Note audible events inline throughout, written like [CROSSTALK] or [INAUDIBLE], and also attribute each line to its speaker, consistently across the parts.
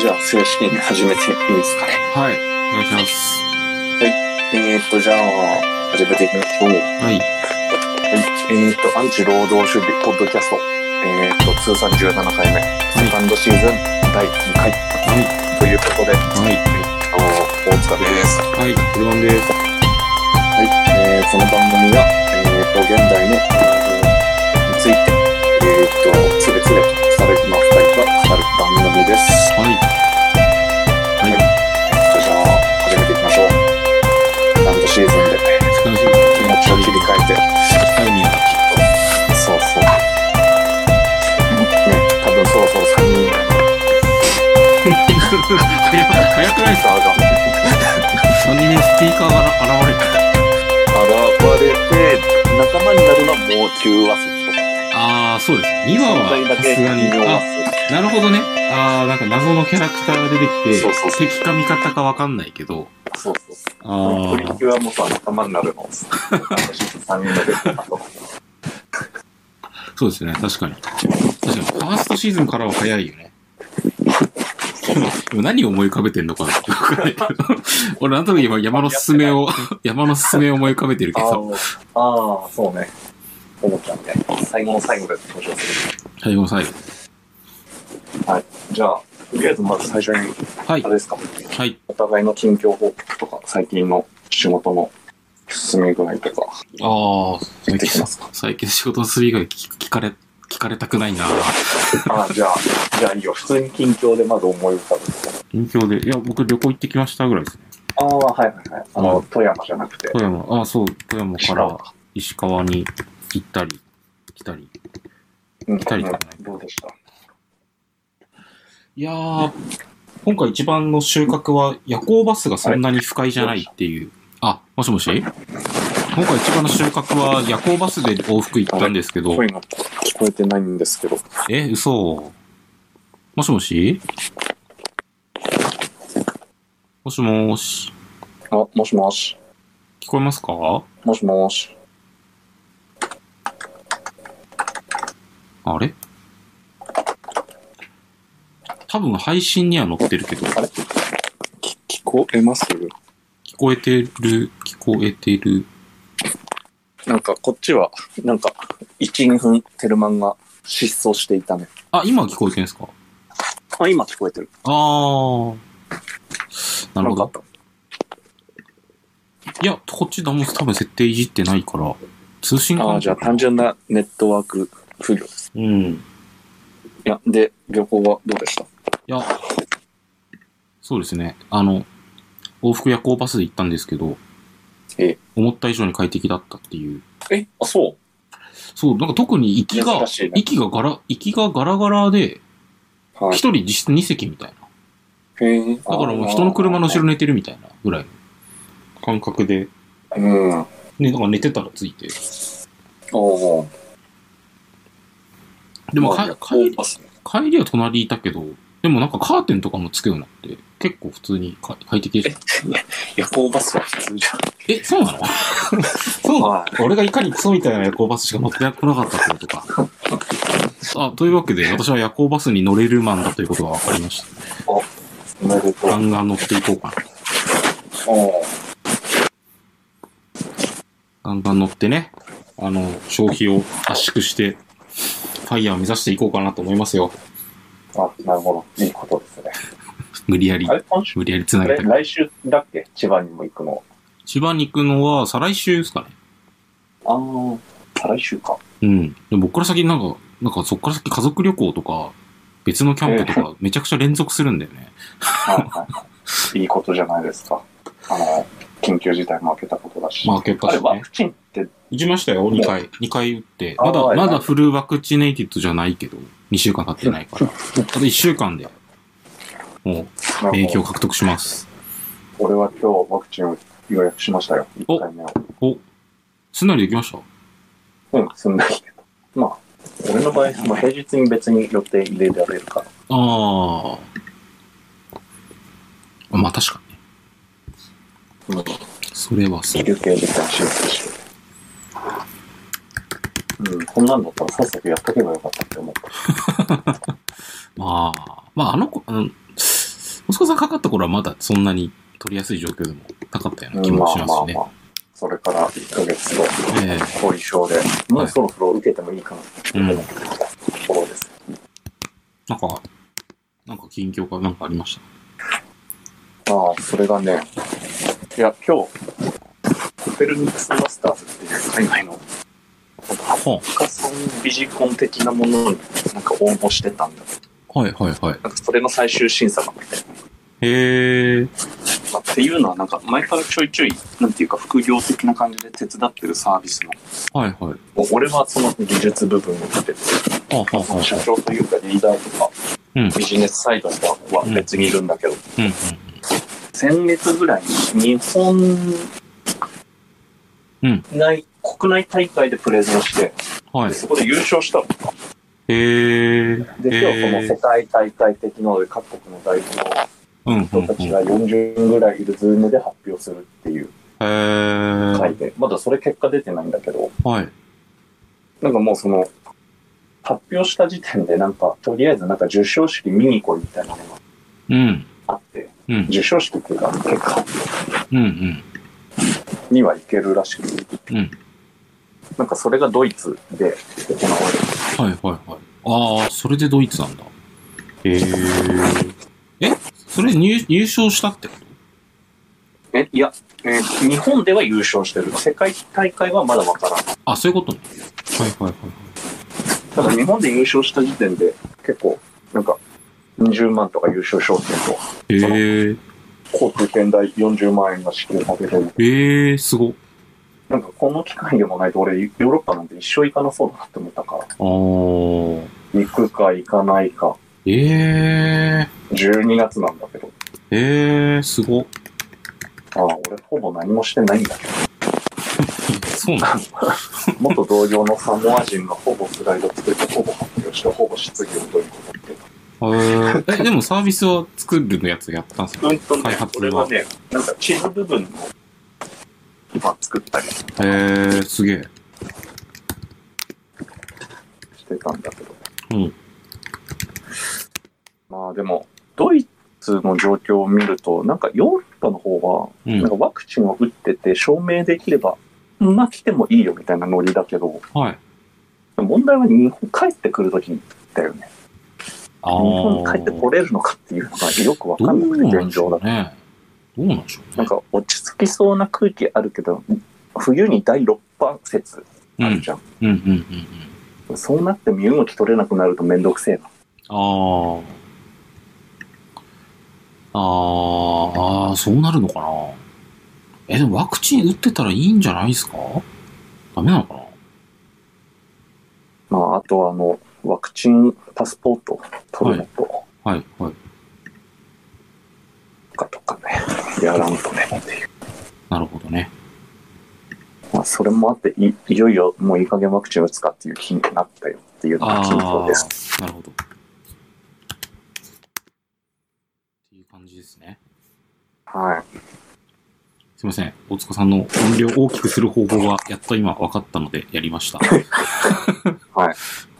Speaker 1: じゃあ正式に始めていいですかね。
Speaker 2: はい。お願いします。
Speaker 1: えー、っと、じゃあ、始めていきましょう。はい、
Speaker 2: はい。
Speaker 1: えー、っと、アンチ労働主義ポッドキャスト、えー、っと、通算17回目、セカンドシーズン第2回
Speaker 2: は
Speaker 1: ということで、
Speaker 2: い。
Speaker 1: あの、大塚です。
Speaker 2: はい。はい。不安です。
Speaker 1: はい、えー、この番組は、えー、と現代のえーについて、えー、とつれつれとされるの2人が語る番組です。
Speaker 2: は
Speaker 1: えー、とじゃあ始めていきましょう。ランドシーズンで
Speaker 2: い。スカジ
Speaker 1: 気持ちを切り替えて、
Speaker 2: タイミングが
Speaker 1: そうそう。ね、多分そろそろ3人
Speaker 2: 早く早くないですか
Speaker 1: 側が
Speaker 2: 3人目のスピーカーが現れた。
Speaker 1: 現れて、仲間になるのはもう9話数とか、
Speaker 2: あー、そうです。2話
Speaker 1: そんな
Speaker 2: は
Speaker 1: だ
Speaker 2: さ
Speaker 1: け
Speaker 2: すがに。
Speaker 1: 4話
Speaker 2: あ、なるほどね。あー、なんか謎のキャラクターが出てきて、
Speaker 1: そうそう
Speaker 2: 敵か味方かわかんないけど。
Speaker 1: 数。そうそうそう。
Speaker 2: あ
Speaker 1: プリ
Speaker 2: ー、
Speaker 1: キュアもさ、仲間になるの。3人の出方とか。
Speaker 2: そうですね。確かに。確かに。ファーストシーズンからは早いよね。今今何を思い浮かべてんのかなわかんないけど俺、なんとなく今山のすすめを、山のすすめを思い浮かべてるけどさ。
Speaker 1: ああー、そうね。おもちゃんね。最後の最後で登場す
Speaker 2: 最後の最後。
Speaker 1: る。はい。じゃあ、とりあえずまず最初に、
Speaker 2: はい
Speaker 1: あれ。ですか、
Speaker 2: はい。
Speaker 1: お互いの近況報告とか、最近の仕事の進み具合とか、
Speaker 2: ああ、
Speaker 1: 見
Speaker 2: 最
Speaker 1: てきま
Speaker 2: 近、
Speaker 1: すか
Speaker 2: 最近仕事のする以外聞聞かれ、聞かれたくないな
Speaker 1: ああ、じゃあ、じゃあいいよ。普通に近況でまず思い浮かぶとこ
Speaker 2: 近況で。いや、僕旅行行ってきましたぐらいですね。
Speaker 1: ああ、はいはいはい。あの、富山じゃなくて、
Speaker 2: 富山、ああ、そう、富山から石川に行ったり、来たり。
Speaker 1: うん、
Speaker 2: 二人とかね
Speaker 1: どうでした
Speaker 2: いやー、今回一番の収穫は夜行バスがそんなに不快じゃないっていう。あ、もしもし今回一番の収穫は夜行バスで往復行ったんですけど、
Speaker 1: 声が聞こえてないんですけど。
Speaker 2: え、嘘。もしもしもしもーし。
Speaker 1: あ、もしもし。
Speaker 2: 聞こえますか
Speaker 1: もしもし。
Speaker 2: あれ多分配信には載ってるけど、
Speaker 1: あれ聞こえます
Speaker 2: 聞こえてる、聞こえてる。
Speaker 1: なんかこっちは、なんか、1、2分テルマンが失踪していたね。
Speaker 2: あ、今は聞こえてるんですか
Speaker 1: あ、今聞こえてる。
Speaker 2: あー。なる
Speaker 1: なん
Speaker 2: ほど。
Speaker 1: か
Speaker 2: いや、こっち何も多分設定いじってないから、通信
Speaker 1: あった。あー
Speaker 2: 環
Speaker 1: じゃ
Speaker 2: 境
Speaker 1: あ単純なネットワーク不良です。
Speaker 2: うん。い
Speaker 1: いや、で、旅行はどうでした
Speaker 2: や、そうですね。あの、往復夜行バスで行ったんですけど、
Speaker 1: ええ
Speaker 2: 思った以上に快適だったっていう。
Speaker 1: え、あ、そう
Speaker 2: そう、なんか特に行きが、
Speaker 1: 珍しいね
Speaker 2: 息がガラ、息がガラガラで、
Speaker 1: はい。
Speaker 2: 一人実質2席みたいな。
Speaker 1: へー
Speaker 2: だからもう人の車の後ろ寝てるみたいなぐらいの感覚で。
Speaker 1: うん。
Speaker 2: ね、だから寝てたらついて。
Speaker 1: おー
Speaker 2: で
Speaker 1: ま
Speaker 2: も
Speaker 1: あ
Speaker 2: か
Speaker 1: 夜行
Speaker 2: 帰り、
Speaker 1: バスね
Speaker 2: 帰りは隣いたけど、でもなんかカーテンとかもつくようになって、結構普通にか快適でした。
Speaker 1: 夜行バスは普通じゃん。
Speaker 2: え、そうなの [LAUGHS] そうな
Speaker 1: はい。
Speaker 2: の俺がいかにクソみたいな夜行バスしか乗ってこなかったってことか。あ、というわけで、私は夜行バスに乗れるマンだということが分かりました。
Speaker 1: おめでとう
Speaker 2: ガ。ンガン乗っていこうかな。
Speaker 1: おー
Speaker 2: ガンガン乗ってね、あの、消費を圧縮して、ファイヤーを目指していこうかなと思いますよ。
Speaker 1: あ、なるほど。いいことですね。
Speaker 2: 無理やり
Speaker 1: あ、れ、今週
Speaker 2: 無理やり繋
Speaker 1: あ
Speaker 2: げ
Speaker 1: れ、
Speaker 2: た。
Speaker 1: 来週だっけ千葉にも行くの。
Speaker 2: 千葉に行くのは、再来週ですかね。
Speaker 1: あー、再来週か。
Speaker 2: うん。でも僕から先なんか、なんかそっから先家族旅行とか、別のキャンプとか、めちゃくちゃ連続するんだよね。
Speaker 1: はいはいはい。いいことじゃないですか。あの、緊急事態も開けたことだし。
Speaker 2: まあ、結
Speaker 1: あ
Speaker 2: 果
Speaker 1: れ、
Speaker 2: し
Speaker 1: ワ
Speaker 2: ね。
Speaker 1: クチンって、
Speaker 2: 打ちましたよ、2回。2回打って。
Speaker 1: あ
Speaker 2: まだ、
Speaker 1: はい
Speaker 2: まだフルワクチネイティッドじゃないけど、2週間経ってない
Speaker 1: [LAUGHS]
Speaker 2: から。あと1週間で、もう、免疫を獲得します。
Speaker 1: 俺は今日ワクチンを予約しましたよ。
Speaker 2: お
Speaker 1: 1回目を。
Speaker 2: お、すんなりできました
Speaker 1: うん、すんなり。まあ、俺の場合、まあ、平日に別に予定入れられるから。
Speaker 2: ああ。まあ確かに
Speaker 1: う
Speaker 2: ね。
Speaker 1: ん、
Speaker 2: それはそう。
Speaker 1: 休憩時間申請して。うん、こんなんだったらさっさとやっとけばよかったって思った。
Speaker 2: まあ、まああの子、うん、息子さんかかった頃はまだそんなに取りやすい状況でもなかったような気もしますしね。
Speaker 1: あ。それから1ヶ月後、
Speaker 2: ええ
Speaker 1: 後遺症で、もうそろそろ受けてもいいかなって
Speaker 2: うん
Speaker 1: 思ってたところです。
Speaker 2: なんか、なんか近況かなんかありまし
Speaker 1: ああ、それがね、いや、今日、コペルニクスマスターズっていう海外の
Speaker 2: た。は
Speaker 1: ハッカソンビジコン的なものになんか応募してたんだけど、
Speaker 2: あ、はいはいはい。
Speaker 1: なんかそれの最終審査があって、
Speaker 2: へえ。
Speaker 1: まあ、っていうのはなんか前からちょいちょい、なんていうか副業的な感じで手伝ってるサービスの、
Speaker 2: はいはい。
Speaker 1: もう俺はその技術部分を立てて、
Speaker 2: あはあは
Speaker 1: 社
Speaker 2: あ。
Speaker 1: 長というかリーダーとか
Speaker 2: うん。うん
Speaker 1: ビジネスサイドの人は別にいるんだけど、
Speaker 2: うん。
Speaker 1: 先月ぐらいに日本
Speaker 2: うん
Speaker 1: 内、国内大会でプレゼンして、
Speaker 2: はい
Speaker 1: で。そこで優勝したの。
Speaker 2: へえ。
Speaker 1: で、今日その世界大会的なので各国の代表
Speaker 2: うんうんう
Speaker 1: の
Speaker 2: ん。
Speaker 1: 人たち
Speaker 2: へ
Speaker 1: が40人ぐらいいるズームで発表するっていう
Speaker 2: え。
Speaker 1: 回で、まだそれ結果出てないんだけど、
Speaker 2: はい。
Speaker 1: なんかもうその、発表した時点でなんか、とりあえずなんか受賞式見に来いみたいなのが
Speaker 2: うん。
Speaker 1: あって、
Speaker 2: うん。
Speaker 1: 受賞式っていうか結果
Speaker 2: うんうん。
Speaker 1: には行けるらしくて、
Speaker 2: うん。
Speaker 1: なんかそれがドイツで行われる。
Speaker 2: はいはいはい。ああ、それでドイツなんだ。へえ。えそれ入入賞したってこと
Speaker 1: え、いや、えー日本では優勝してる。世界大会はまだわからない。
Speaker 2: あ、そういうことね。はいはいはい。
Speaker 1: ただ日本で優勝した時点で結構、なんか、20万とか優勝賞金と、
Speaker 2: へえ。
Speaker 1: 交通券代40万円が支給される。
Speaker 2: ええ、すご。
Speaker 1: なんかこの機会でもないと俺、ヨーロッパなんて一生行かなそうだなって思ったから、
Speaker 2: ああ。
Speaker 1: 行くか行かないか、
Speaker 2: ええ。
Speaker 1: 12月なんだけど、
Speaker 2: ええ、すご。
Speaker 1: ああ、俺ほぼ何もしてないんだけ
Speaker 2: そうなの
Speaker 1: ど、元同僚のサモア人がほぼスライド作って、ほぼ発表して、ほぼ質疑をということって
Speaker 2: へーえ、でもサービスを作るのやつやったんですか
Speaker 1: うんとね
Speaker 2: 開、発
Speaker 1: こ
Speaker 2: は
Speaker 1: れはね、なんか地図部分を、まあ、作ったりし
Speaker 2: へえ、すげえ。
Speaker 1: てたんだけど。
Speaker 2: うん。
Speaker 1: まあでも、ドイツの状況を見ると、なんかヨーロッパの方
Speaker 2: う
Speaker 1: は、
Speaker 2: ん
Speaker 1: なん。かワクチンを打ってて証明できれば、まあ来てもいいよみたいなノリだけど、
Speaker 2: はい。
Speaker 1: 問題は日本帰ってくるときだよね。
Speaker 2: あ
Speaker 1: 日
Speaker 2: あ。
Speaker 1: 本帰ってこれるのかっていうのがよくわかんなくて、現状だと
Speaker 2: ね。どうなんでしょう
Speaker 1: なん
Speaker 2: ね。
Speaker 1: か落ち着きそうな空気あるけど、冬に第6波説
Speaker 2: うん
Speaker 1: あるじゃん。
Speaker 2: うんうんうんうん。
Speaker 1: そうなって身動き取れなくなるとめんどくせえな。
Speaker 2: ああ。あーあー、そうなるのかな。え、でもワクチン打ってたらいいんじゃないですかダメなのかな
Speaker 1: まあ、あとはあの、ワクチンパスポート取るのと
Speaker 2: はい、はい。
Speaker 1: かとかね、やらんとねっていう。
Speaker 2: なるほどね。
Speaker 1: まあ、それもあってい、いよいよもういい加減ワクチン打つかっていう気になったよっていうのが近
Speaker 2: あ
Speaker 1: 況です。
Speaker 2: あ、なるほど。っていう感じですね。
Speaker 1: はい。
Speaker 2: すいません。大塚さんの音量を大きくする方法がやっと今分かったのでやりました。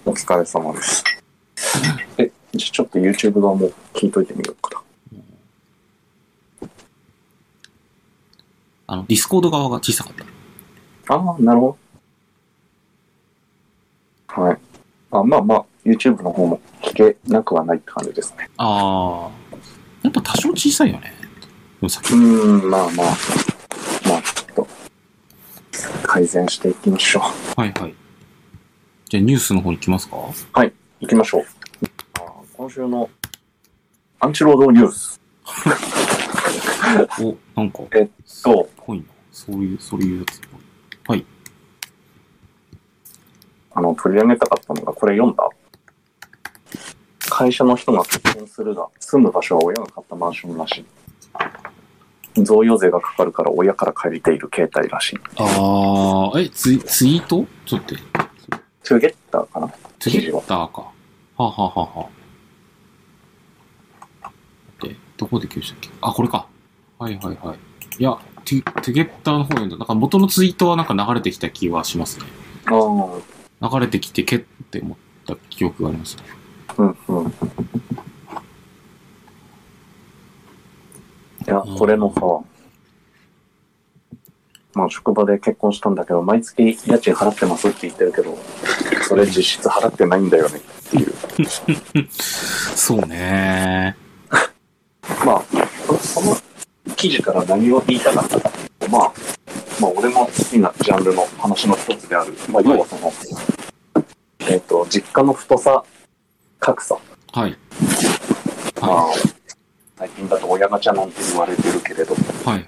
Speaker 1: お疲れ様です。え、じゃあちょっと YouTube 側も聞いといてみようか
Speaker 2: あの、ディスコード側が小さかった。
Speaker 1: な。ああ、なるほど。はい。あまあまあ、YouTube の方も聞けなくはないって感じですね。
Speaker 2: ああ。やっぱ多少小さいよね。でもさっき
Speaker 1: うーん、まあまあ。まあ、ちょっと、改善していきましょう。
Speaker 2: はいはい。じゃあニュースの方に行きますか
Speaker 1: 行きましょう。あー今週のアンチ労働ニュース
Speaker 2: お、なんか。
Speaker 1: えっと。
Speaker 2: ぽいな。そういう、そういうやつっぽい。
Speaker 1: あの、取り上げたかったのが、これ読んだ会社の人が結婚するが、住む場所は親が買ったマンションらしい。贈与税がかかるから親から借りている携帯らしい。
Speaker 2: ああ、え、ツイツイートちょっと待って。
Speaker 1: トゥゲッターかな
Speaker 2: ツイッターか。はあ、はあはあはあ、で、どこで消したっけあ、これか。はいはいはい。いや、ティテゲッターの方読んだ。なんか元のツイートはなんか流れてきた気はしますね。
Speaker 1: ああ、
Speaker 2: 流れてきてけって思った記憶がありますね。
Speaker 1: うんうん。いや、これのさ、まあ職場で結婚したんだけど、毎月家賃払ってますって言ってるけど、それ実質払ってないんだよねっていう。
Speaker 2: そうね。
Speaker 1: まあ、その記事から何を言いたかったかっていうと、まあ、まあ、俺の好きなジャンルの話の一つである、まあ、要はその、えっ、と、実家の太さ、格差。
Speaker 2: はい。
Speaker 1: まあ、最近だと親ガチャなんて言われてるけれど、
Speaker 2: はい、はい。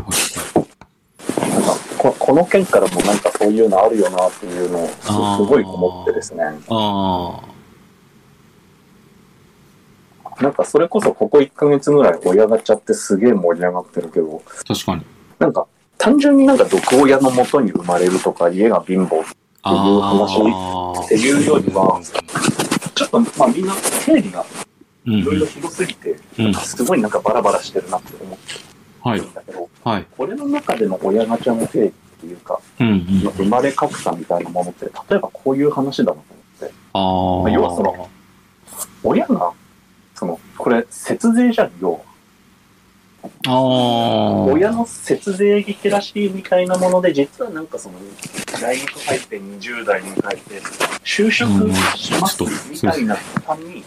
Speaker 1: なんかここの件からもなんかそういうのあるよなっていうのをす
Speaker 2: あー
Speaker 1: すごい思ってですね
Speaker 2: あ
Speaker 1: なんかそれこそここ1ヶ月ぐらい親ガチャってすげえ盛り上がってるけど
Speaker 2: あ、確かに。
Speaker 1: なんか単純になんか毒親のもとに生まれるとか家が貧乏
Speaker 2: ああ。
Speaker 1: っていうよりはちょっとまあみんな定理が
Speaker 2: うん、
Speaker 1: いろいろ
Speaker 2: う
Speaker 1: 広すぎて
Speaker 2: ん。うん。
Speaker 1: すごいなんかバラバラしてるなって思って
Speaker 2: はい
Speaker 1: る、んだけど、
Speaker 2: はい。
Speaker 1: 俺の中での親ガチャの定理っていうか
Speaker 2: うん、う
Speaker 1: ま
Speaker 2: ん
Speaker 1: あ。生まれ格差みたいなものって例えばこういう話だなと思って
Speaker 2: ああ。
Speaker 1: 要はその親がそのこれ節税じゃん要は
Speaker 2: ああ。
Speaker 1: 親の節税劇らしいみたいなもので、実はなんかその、大学入って20代に迎えて、就職しますみたいな途端に、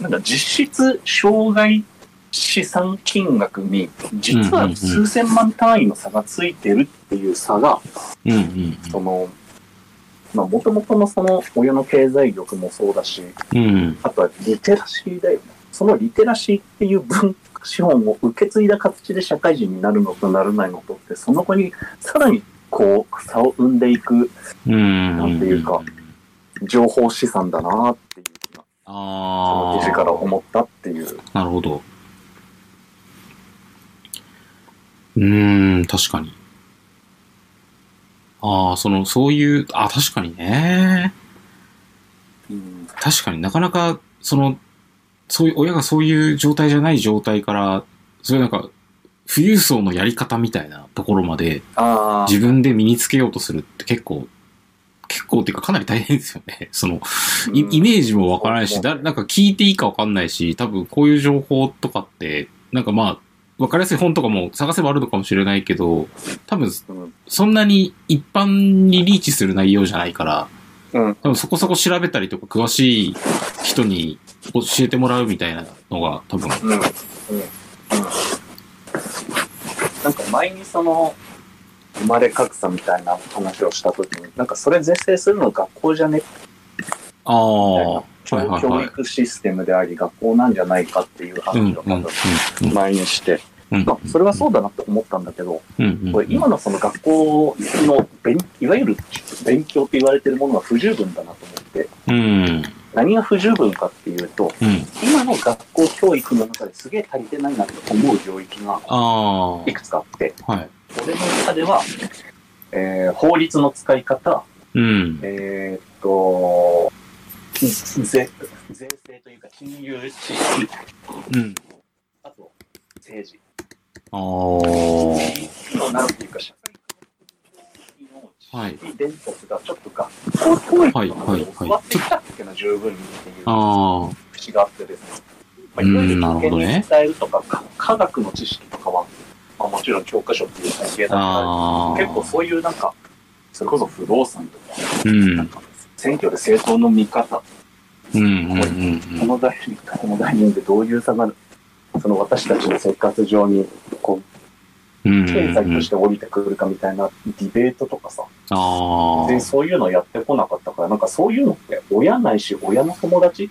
Speaker 1: なんか実質障害資産金額に、実は数千万単位の差がついてるっていう差が、
Speaker 2: うん、うん。
Speaker 1: その、まあ、もともとのその親の経済力もそうだし、
Speaker 2: うん。
Speaker 1: あとはリテラシーだよね。そのリテラシーっていう文化資本を受け継いだ形で社会人になるのとならないのとって、その子にさらにこう差を生んでいく
Speaker 2: うん。
Speaker 1: なんていうか。情報資産だなっていうのが、そ
Speaker 2: あ
Speaker 1: の
Speaker 2: あ。
Speaker 1: 記事から思ったっていう。
Speaker 2: なるほど。うーん、確かに。ああ、その、そういう、あ、確かにね。
Speaker 1: うん、
Speaker 2: 確かになかなか、その、そういう、親がそういう状態じゃない状態から、そういうなんか、富裕層のやり方みたいなところまで
Speaker 1: あ
Speaker 2: 自分で身につけようとするって結構、結構っていうかかなり大変ですよね。その、
Speaker 1: 分
Speaker 2: イイメージもわからない
Speaker 1: そ
Speaker 2: し、
Speaker 1: うそ
Speaker 2: だ
Speaker 1: う
Speaker 2: なんか聞いていいかわかんないし、多分こういう情報とかって、なんかまあ、わかりやすい本とかも探せばあるのかもしれないけど、多分
Speaker 1: うん
Speaker 2: そんなに一般にリーチする内容じゃないから、
Speaker 1: うん
Speaker 2: 多分そこそこ調べたりとか詳しい人に教えてもらうみたいなのが多分、
Speaker 1: うんうんうんなんか前にその生まれ格差みたいな話をした時になんかそれ是正するの学校じゃね
Speaker 2: ああ、はいはい
Speaker 1: 教
Speaker 2: はい。
Speaker 1: 育システムであり学校なんじゃないかっていう
Speaker 2: うん、うん、
Speaker 1: 話を
Speaker 2: うん、うん
Speaker 1: 前にして、
Speaker 2: うん
Speaker 1: まあ、それはそうだなって思ったんだけど、
Speaker 2: うん、
Speaker 1: これ今のその学校の勉いわゆる勉強って言われてるものは不十分だなと思って
Speaker 2: うん、
Speaker 1: 何が不十分かっていうと
Speaker 2: うん、
Speaker 1: 今の学校教育の中ですげえ足りてないなって思う領域が
Speaker 2: ああ、はい
Speaker 1: くつかあって
Speaker 2: い。
Speaker 1: 俺の中では、えー法律の使い方
Speaker 2: うん、
Speaker 1: えーっと税税制というか金融知識
Speaker 2: うん、
Speaker 1: あと政治
Speaker 2: ああ。
Speaker 1: のなんていうか社会
Speaker 2: はい。
Speaker 1: の伝達がちょっと学校教育の中で教わってきたっていうのは十分にっていう
Speaker 2: ああ、
Speaker 1: 節があってですね。まあ、
Speaker 2: うん
Speaker 1: いわゆる
Speaker 2: なるほどね
Speaker 1: 人間に伝えるとかか科学の知識とかは、まあ、もちろん教科書っていう関係だか
Speaker 2: ああ。
Speaker 1: ら、結構そういうなんか、それこそ不動産とか、
Speaker 2: う。うん、う
Speaker 1: なん
Speaker 2: ん、
Speaker 1: か選挙で政党の見方、
Speaker 2: うん、う
Speaker 1: こ
Speaker 2: ん。
Speaker 1: の大臣 [LAUGHS] かこの大臣でどういう差がある、その私たちの生活上にこう
Speaker 2: うん、
Speaker 1: 経済
Speaker 2: う
Speaker 1: と
Speaker 2: ん
Speaker 1: し。て降りてくるかみたいなディベートとかさ、
Speaker 2: あ
Speaker 1: でそういうのやってこなかったから、なんかそういうのって親ないし親の友達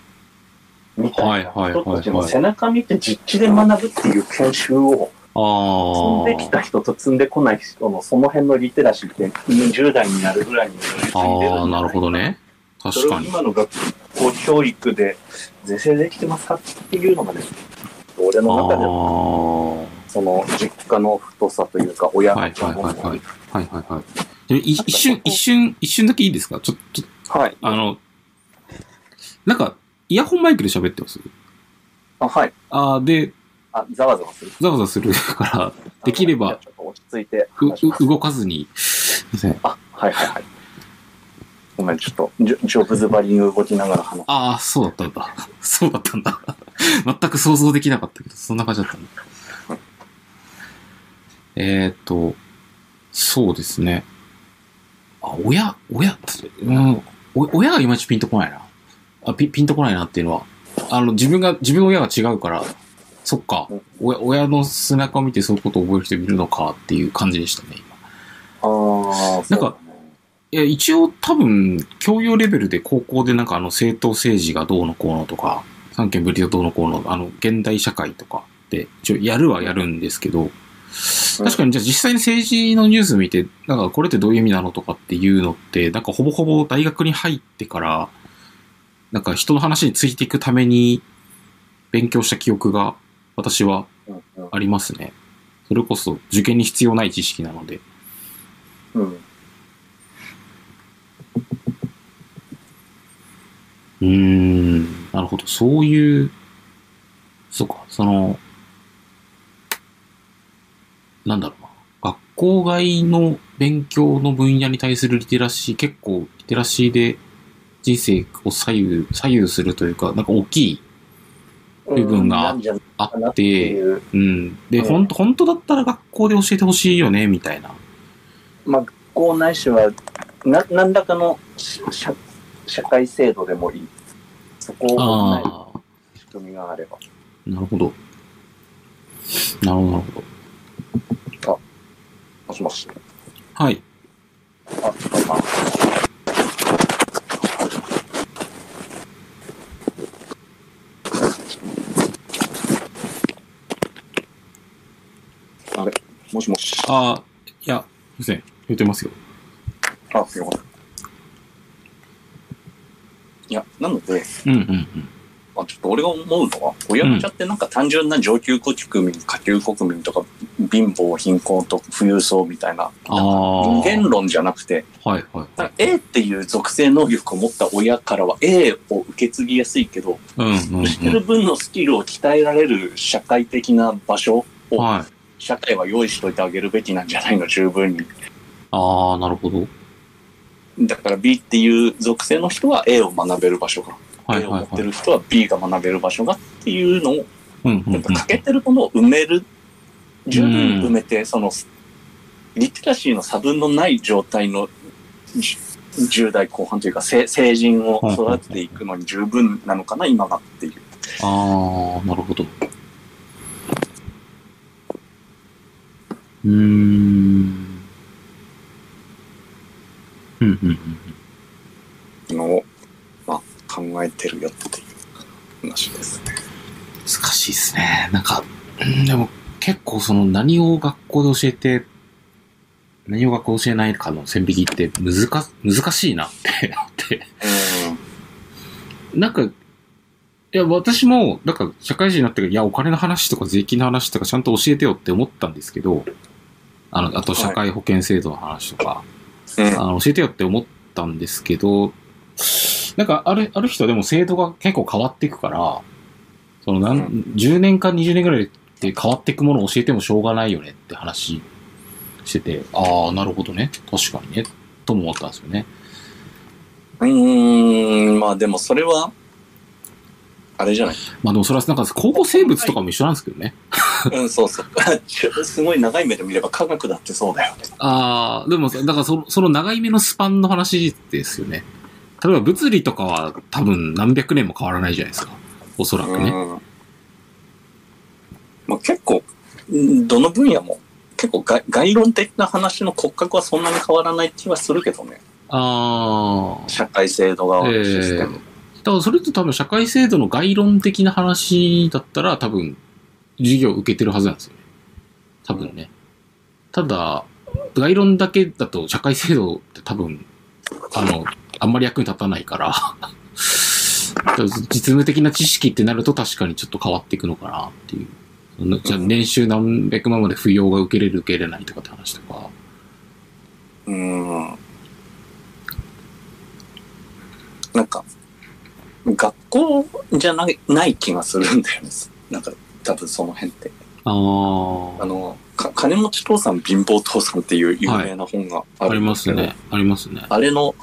Speaker 1: みたい
Speaker 2: は
Speaker 1: ない
Speaker 2: はいはい
Speaker 1: 人
Speaker 2: はい
Speaker 1: たちの背中見て実地で学ぶっていう研修を
Speaker 2: あ。あ
Speaker 1: 積んできた人と積んでこない人のその辺のリテラシーって20代になるぐらいに乗り継いで
Speaker 2: あ。ああ、
Speaker 1: んじゃ
Speaker 2: ないるほどね。
Speaker 1: そ
Speaker 2: 確
Speaker 1: れを
Speaker 2: かに。
Speaker 1: 今の学校教育で是正できてますかっていうのがね、俺
Speaker 2: あ
Speaker 1: の
Speaker 2: あ。
Speaker 1: 中では
Speaker 2: は
Speaker 1: その実家の太さというか親
Speaker 2: いはい
Speaker 1: の
Speaker 2: はいはい。はいはいはい。い一瞬、一瞬、一瞬だけいいですかちょっと、ちょっ
Speaker 1: はい。
Speaker 2: とあの、なんか、イヤホンマイクで喋ってます
Speaker 1: あ、はい。
Speaker 2: ああ、で、
Speaker 1: あ、ざわざわする。
Speaker 2: ざわざわするから、できれば
Speaker 1: じゃあちょっと落ち着いて
Speaker 2: う
Speaker 1: 話します
Speaker 2: う動かずに、すいません。
Speaker 1: あ、はいはいはい。ごめん、ちょっと、ジョジョブズバリに動きながら話
Speaker 2: ああ、そうだ [LAUGHS] ったん [LAUGHS] だ。そうだったんだ。全く想像できなかったけど、そんな感じだったんだ。えーっと、そうですね。あ、親、親って、うん、お親がいまいちピンとこないな。あ、ピピンとこないなっていうのは。あの、自分が、自分の親が違うから、そっか
Speaker 1: うん、
Speaker 2: 親親の背中を見てそういうことを覚える人いるのかっていう感じでしたね、今。
Speaker 1: ああ、
Speaker 2: なんかいや、一応多分、教養レベルで高校でなんかあの、政党政治がどうのこうのとか、三権分離がどうのこうの、あの、現代社会とかって、一応やるはやるんですけど、確かにじゃあ実際に政治のニュース見て、なんかこれってどういう意味なのとかっていうのって、なんかほぼほぼ大学に入ってから、なんか人の話についていくために勉強した記憶が私は
Speaker 1: そうですね
Speaker 2: ありますね。それこそ受験に必要ない知識なので。
Speaker 1: うんうん。
Speaker 2: うーん、なるほど。そういう、そうか、その、なんだろうな。学校外の勉強の分野に対するリテラシー、結構リテラシーで人生を左右、左右するというか、なんか大きい、
Speaker 1: うん。
Speaker 2: 部分が
Speaker 1: なんじゃない
Speaker 2: あ
Speaker 1: かな
Speaker 2: っ
Speaker 1: って
Speaker 2: て、
Speaker 1: いう。
Speaker 2: うん。で、
Speaker 1: うん
Speaker 2: ほんと、本当だったら学校で教えてほしいよね、みたいな。
Speaker 1: まあ、学校ないしは、な、何らかのし社、社会制度でもいい。そこを補える
Speaker 2: ああ。
Speaker 1: 仕組みがあれば。
Speaker 2: なるほど。なるほど、なるほど。
Speaker 1: もしもし。
Speaker 2: はい。
Speaker 1: あ、まあ、あれもしもし。
Speaker 2: ああ、いや、すいません。言ってますよ。
Speaker 1: あ、すいません。いや、なので、
Speaker 2: うん、うん、うん。
Speaker 1: まあ、ちょっと俺が思うのは、親茶ってなんか単純な上級国民、下級国民とか、貧乏、貧困と富裕層みたいな、
Speaker 2: ああ。
Speaker 1: 人間論じゃなくて、
Speaker 2: はいはい。
Speaker 1: なんか A っていう属性能力を持った親からは A を受け継ぎやすいけど、
Speaker 2: うんうん、
Speaker 1: 知って
Speaker 2: う
Speaker 1: る分のスキルを鍛えられる社会的な場所
Speaker 2: ん。
Speaker 1: を、
Speaker 2: はい。
Speaker 1: 社会は用意しといてあげるべきなんじゃないの、十分に。
Speaker 2: ああ、なるほど。
Speaker 1: だから B っていう属性の人は A を学べる場所が、
Speaker 2: はい
Speaker 1: A を
Speaker 2: は
Speaker 1: 持
Speaker 2: い
Speaker 1: っ
Speaker 2: は
Speaker 1: て
Speaker 2: い。
Speaker 1: る人は B が学べる場所がっていうのを、
Speaker 2: うんうんう
Speaker 1: なん
Speaker 2: ん
Speaker 1: か。欠けてるものを埋める、十分埋めて、その、リテラシーの差分のない状態のじ10代後半というか、成成人を育てていくのに十分なのかな、今がっていう。
Speaker 2: ああ、なるほど。うーん。うんうんうん。
Speaker 1: のを、まあ、考えてるよっていう話ですね。
Speaker 2: 難しいですね。なんか、うんでも結構その何を学校で教えて、何を学校で教えないかの線引きって難か難しいなってなって。なんか、いや、私も、なんか、社会人になってから、いや、お金の話とか税金の話とかちゃんと教えてよって思ったんですけど、あの、あと
Speaker 1: はい
Speaker 2: 社会保険制度の話とか、
Speaker 1: うん。うん。
Speaker 2: あの、教えてよって思ったんですけど、なんか、ある、ある人はでも制度が結構変わっていくから、その、な、
Speaker 1: うん
Speaker 2: 10年か20年ぐらいで変わっていくものを教えてもしょうがないよねって話してて、ああ、なるほどね。確かにね。とも思ったんですよね。
Speaker 1: うーん、まあでもそれは、あれじゃない。
Speaker 2: まあでもそれはなんか、高校生物とかも一緒なんですけどね。
Speaker 1: うん、そうそう。 [LAUGHS] ちょすごい長い目で見れば科学だってそうだよね。
Speaker 2: ああ、でも、だからその、その長い目のスパンの話ですよね。例えば物理とかは多分何百年も変わらないじゃないですか。おそらく
Speaker 1: う
Speaker 2: ね。
Speaker 1: ん。まあ結構、うんどの分野も、結構概概論的な話の骨格はそんなに変わらない気はするけどね。
Speaker 2: ああ。
Speaker 1: 社会制度側のシステム。
Speaker 2: だからそれって多分社会制度の概論的な話だったら多分授業を受けてるはずなんですよね。多分ね。ただ、概論だけだと社会制度って多分、あの、あんまり役に立たないから、 [LAUGHS] 実務的な知識ってなると確かにちょっと変わっていくのかなっていう。そのじゃあ年収何百万まで扶養が受けれる受けれないとかって話とか。
Speaker 1: うんなんか、学校じゃないない気がするんだよね。なんか、多分その辺って。
Speaker 2: あ
Speaker 1: あ
Speaker 2: あ、
Speaker 1: の、か金持ち父さん、貧乏父さんっていう有名な本があ
Speaker 2: あ
Speaker 1: る
Speaker 2: り
Speaker 1: んで
Speaker 2: ます
Speaker 1: け
Speaker 2: す
Speaker 1: ど、
Speaker 2: ね。ありますね。
Speaker 1: あれの、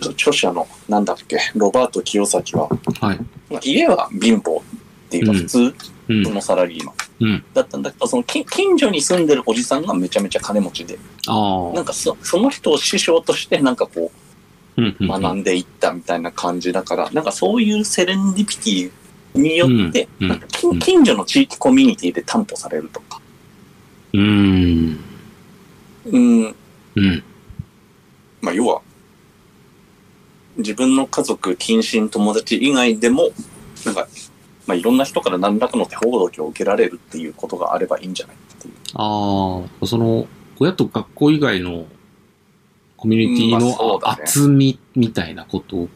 Speaker 1: 著者の、なんだっけ、ロバート清崎は、
Speaker 2: はい。
Speaker 1: まあ家は貧乏ってっていうか、
Speaker 2: うん
Speaker 1: 普通
Speaker 2: うん。
Speaker 1: のサラリーマン。
Speaker 2: うん。
Speaker 1: だったんだけど、その近近所に住んでるおじさんがめちゃめちゃ金持ちで、
Speaker 2: あ
Speaker 1: な
Speaker 2: あ
Speaker 1: ん。かそその人を師匠としてなんかこ
Speaker 2: うん。う
Speaker 1: うん学んでいったみたいな感じだから、なんかそういうセレンディピティによって、
Speaker 2: うん
Speaker 1: なんか近
Speaker 2: うん
Speaker 1: 近所の地域コミュニティで担保されるとか、
Speaker 2: うーん。
Speaker 1: うん、
Speaker 2: うん。
Speaker 1: まあ要は、自分の家族、近親、友達以外でも、なんか、まあいろんな人から何らかの手報道を受けられるっていうことがあればいいんじゃないっていう。
Speaker 2: ああ、その、親と学校以外のコミュニティ
Speaker 1: うんまあそう
Speaker 2: の
Speaker 1: だね
Speaker 2: 厚みみたいなことを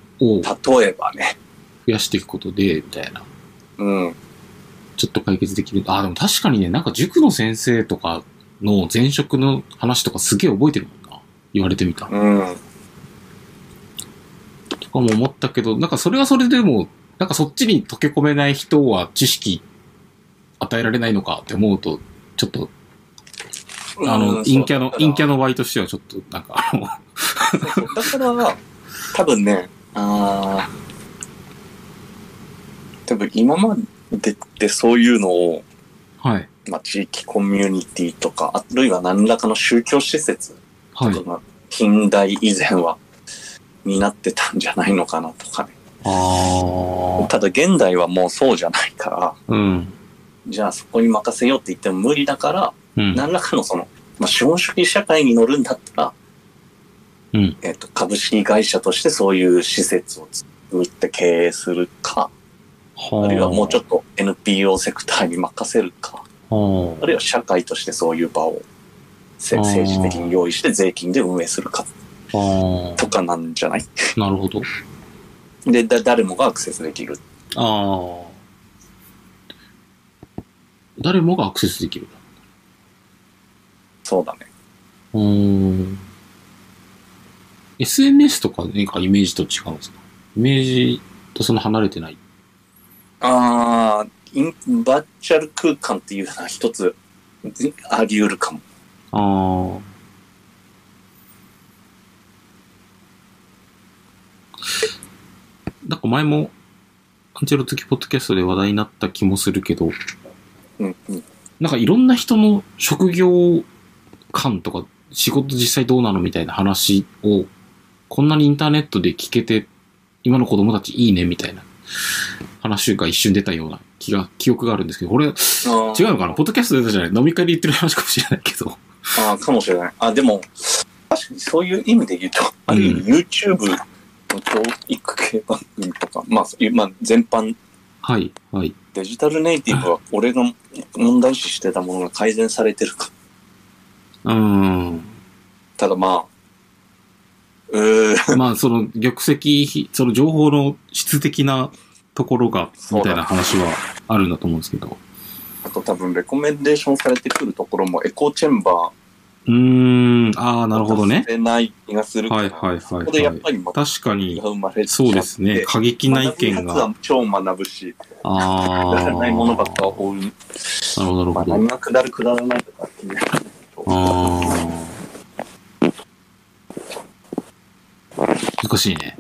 Speaker 2: 増
Speaker 1: 例えばね、
Speaker 2: やしていくことで、みたいな。
Speaker 1: うん、
Speaker 2: ちょっと解決できる。ああ、でも確かにね、なんか塾の先生とかの前職の話とかすげえ覚えてるもんな。言われてみたら。
Speaker 1: うん、
Speaker 2: とかも思ったけど、なんかそれはそれでも、なんかそっちに溶け込めない人は知識与えられないのかって思うと、ちょっと、あ
Speaker 1: う
Speaker 2: の、
Speaker 1: ん
Speaker 2: 陰キャの、陰キ
Speaker 1: そ
Speaker 2: ャ
Speaker 1: う
Speaker 2: の場合としてはちょっと、なんか、 [LAUGHS] あの、
Speaker 1: だから、だから多分ね、あー多分今までってそういうのを、
Speaker 2: はい、
Speaker 1: まあ、地域コミュニティとか、あるいは何らかの宗教施設
Speaker 2: はい。
Speaker 1: とかが近代以前は、になってたんじゃないのかなとかね。
Speaker 2: ああ、
Speaker 1: ただ現代はもうそうじゃないから、
Speaker 2: うん、
Speaker 1: じゃあそこに任せようって言っても無理だから、
Speaker 2: うん、
Speaker 1: 何らかのその、まあ、資本主義社会に乗るんだったら、
Speaker 2: うん
Speaker 1: えっと、株式会社としてそういう施設を作って経営するか、あるいはもうちょ
Speaker 2: っ
Speaker 1: っと NPO セクターに任せるか、
Speaker 2: と、
Speaker 1: あるいは社会としてそういう場をせ政治的に用意して税金で運営するか
Speaker 2: あーあ
Speaker 1: とかなんじゃない
Speaker 2: ー、なるほど。
Speaker 1: で、だ誰もがアクセスできる。
Speaker 2: ああ。誰もがアクセスできる。
Speaker 1: そうだね。
Speaker 2: うーん。SNS とか何かイメージと違うんですかイメージとその離れてない。
Speaker 1: あーインバーチャル空間っていうのは一つあり得るかも。
Speaker 2: ああ。なんか前も、アンチェロ付きポッドキャストで話題になった気もするけど、
Speaker 1: うんうん。
Speaker 2: なんかいろんな人の職業観とか仕事実際どうなのみたいな話をこんなにインターネットで聞けて今の子供たちいいねみたいな話が一瞬出たような気が、記憶があるんですけど、これ違う
Speaker 1: あー
Speaker 2: のかなポッドキャストで出たじゃない飲み会で言ってる話かもしれないけど。
Speaker 1: ああ、かもしれない。あ、でも、確かにそういう意味で言うと、ある意味 YouTube の教育系番組とか、まあ、そういうまあ、全般、
Speaker 2: [LAUGHS] はい、はい。
Speaker 1: デジタルネイティブは俺が問題視してたものが改善されてるか。
Speaker 2: うーん。
Speaker 1: ただまあ、うーん、
Speaker 2: [LAUGHS] まあ、その玉石、その情報の質的なところが、みたいな話はあるんだと思うんですけど。
Speaker 1: あと多分レコメンデーションされてくるところもエコーチェンバ
Speaker 2: うーん、ああ、な
Speaker 1: ー
Speaker 2: るほどね。
Speaker 1: 出ない気がするから、
Speaker 2: はいはいはい、
Speaker 1: ここでや
Speaker 2: は
Speaker 1: っ
Speaker 2: い。
Speaker 1: ぱりまた
Speaker 2: 確かに
Speaker 1: が、生まれて
Speaker 2: そうですね。過激な意見
Speaker 1: 学ぶやつ
Speaker 2: が。
Speaker 1: は超学ぶし、
Speaker 2: あ
Speaker 1: くだら
Speaker 2: あ。
Speaker 1: ないものばっかを追う。
Speaker 2: なるほど、な
Speaker 1: まあ、
Speaker 2: るほ
Speaker 1: 何
Speaker 2: ど。
Speaker 1: がくだるくだらないとかっていう。
Speaker 2: ああ。難し
Speaker 1: [CLEARS THROAT]
Speaker 2: いね。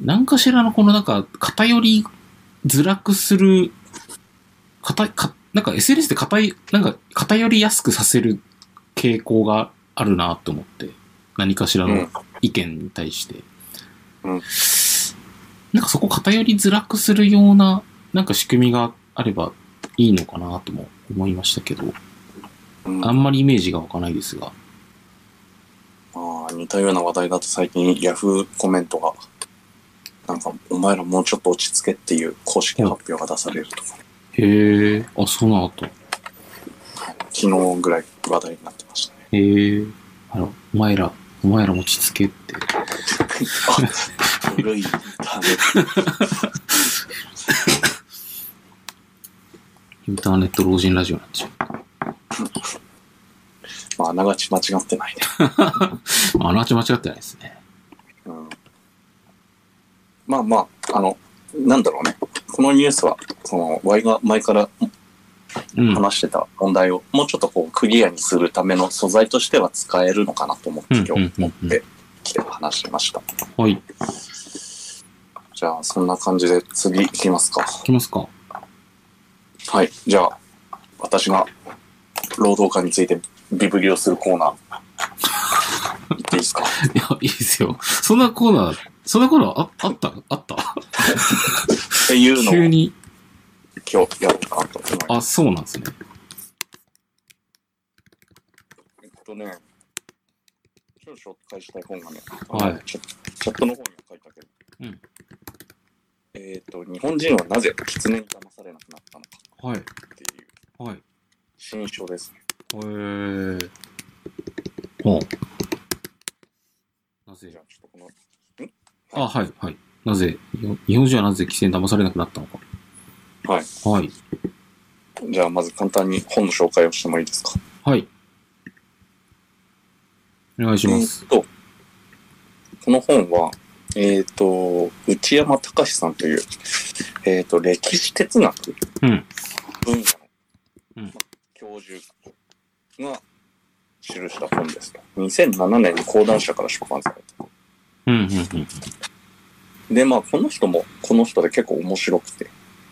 Speaker 2: 何かしらのこのなんか偏りづらくする、偏かなんか SNS で偏い、なんか偏りやすくさせる傾向があるなと思って。何かしらの意見に対して。
Speaker 1: うん
Speaker 2: なんかそこ偏りづらくするような、なんか仕組みがあればいいのかなとも思いましたけど、
Speaker 1: うん
Speaker 2: あんまりイメージが湧かないですが。
Speaker 1: ああ、似たような話題だと最近ヤフーコメントが、なんか、お前らもうちょっと落ち着けっていう公式発表が出されるとか、
Speaker 2: へえ、あ、そうなのと。
Speaker 1: 昨日ぐらい話題になってましたね。
Speaker 2: へえ、あら、お前ら、お前ら落ち着けって。
Speaker 1: あ古いインターネッ
Speaker 2: インターネット老人ラジオなんでしょ。
Speaker 1: ト。まあ、あながち間違ってないね。
Speaker 2: まああながち間違ってないですね。
Speaker 1: うん、まあまあ、あの、なんだろうね。このニュースは、その、Y が前から
Speaker 2: うん。うん、
Speaker 1: 話してた問題を、もうちょっとこう、クリアにするための素材としては使えるのかなと思って、
Speaker 2: うん
Speaker 1: 今日
Speaker 2: うん、うん。
Speaker 1: で来て話しました。
Speaker 2: はい。
Speaker 1: じゃあ、そんな感じで次行きますか。
Speaker 2: いきますか。
Speaker 1: はい。じゃあ、私が労働家についてビブリをするコーナー、行っていいですか
Speaker 2: いや、いいですよ。そんなコーナー、そんなコーナーああったあった
Speaker 1: っていうのを
Speaker 2: 急に。
Speaker 1: 今日やろうかなと思います。
Speaker 2: あ、そうなんですね。
Speaker 1: えっとね、今日紹介したい本がね、
Speaker 2: はい
Speaker 1: チャチャットの方には書いたけど、
Speaker 2: うん
Speaker 1: えっと、日本人はなぜ狐に騙されなくなったのか
Speaker 2: はい。
Speaker 1: っていう
Speaker 2: はい。へ
Speaker 1: 新書ですね。
Speaker 2: えー。ほう。な
Speaker 1: じ
Speaker 2: ぜ
Speaker 1: ゃあ、ちょっとこの、
Speaker 2: あ、はい、はい。なぜ、よ日本人はなぜ規制に騙されなくなったのか。
Speaker 1: はい。
Speaker 2: はい。
Speaker 1: じゃあ、まず簡単に本の紹介をしてもいいですか
Speaker 2: はい。お願いします。
Speaker 1: えーっと、この本は、えーっ、と、内山隆さんという、えーっ、と、歴史哲学
Speaker 2: うん
Speaker 1: 分野の、
Speaker 2: うん
Speaker 1: ま教授が記した本ですと。2007年に講談社から出版された。
Speaker 2: うん、うん、うん。
Speaker 1: で、まあ、この人も、この人で結構面白くて、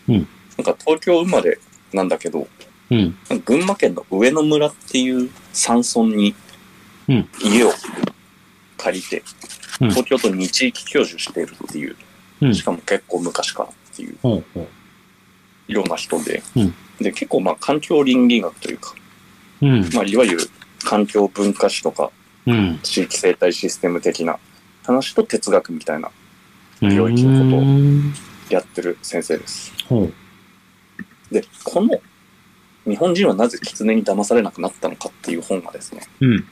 Speaker 2: うん
Speaker 1: なんか東京生まれなんだけど、
Speaker 2: うん。
Speaker 1: なんか群馬県の上野村っていう山村に
Speaker 2: うん
Speaker 1: 家を借りて、
Speaker 2: うん
Speaker 1: 東京都に地域居住しているっていう、
Speaker 2: うん
Speaker 1: しかも結構昔からっていう
Speaker 2: ほうほ
Speaker 1: ような人で、
Speaker 2: うん
Speaker 1: で結構まあ環境倫理学というか、
Speaker 2: う。うん。
Speaker 1: まあ、いわゆる環境文化史とか
Speaker 2: うん。
Speaker 1: 地域生態システム的な話と哲学みたいな領域のことをやってる先生です。
Speaker 2: とほう。
Speaker 1: で、この日本人はなぜ狐に騙されなくなったのかっていう本がですね、
Speaker 2: うん。
Speaker 1: ま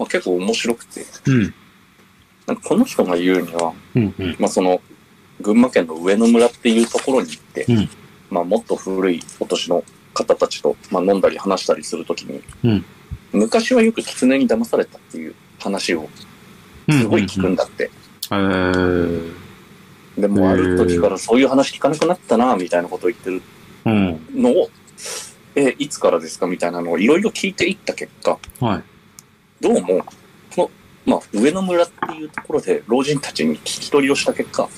Speaker 1: あ、結構面白くて、
Speaker 2: うん。
Speaker 1: なんかこの人が言うには、
Speaker 2: うん。うん。
Speaker 1: まあ、その群馬県の上野村っていうところに行って、
Speaker 2: うん
Speaker 1: まあ、もっと古いお年の方たちと、まあ、飲んだり話したりするときに、
Speaker 2: うん
Speaker 1: 昔はよく狐に騙されたっていう話をすごい聞くん
Speaker 2: だ。
Speaker 1: だって、
Speaker 2: えー。
Speaker 1: でもうある時からそういう話聞かなくなったなみたいなことを言ってる
Speaker 2: うん。
Speaker 1: のを、えいつからですかみたいなのをいろいろ聞いていった結果
Speaker 2: はい。
Speaker 1: どうもこの、まあ、上野村っていうところで老人たちに聞き取りをした結果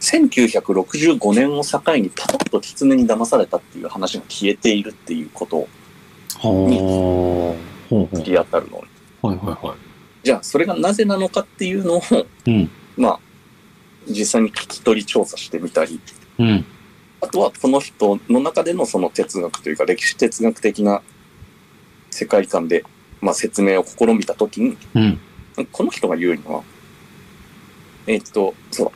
Speaker 1: 1965年を境にパタッと狐に騙されたっていう話が消えているっていうこと
Speaker 2: ほう。ほうほ
Speaker 1: に当たるの
Speaker 2: う。はいはいは
Speaker 1: じゃあそれがなぜなのかっていうのを、 [LAUGHS]
Speaker 2: い。うん。
Speaker 1: まあ、実際に聞き取り調査してみたり
Speaker 2: うん。
Speaker 1: あとはこの人の中でのその哲学というか歴史哲学的な世界観で、まあ、説明を試みたときに、
Speaker 2: うん。
Speaker 1: この人が言うのは、えっと、そう、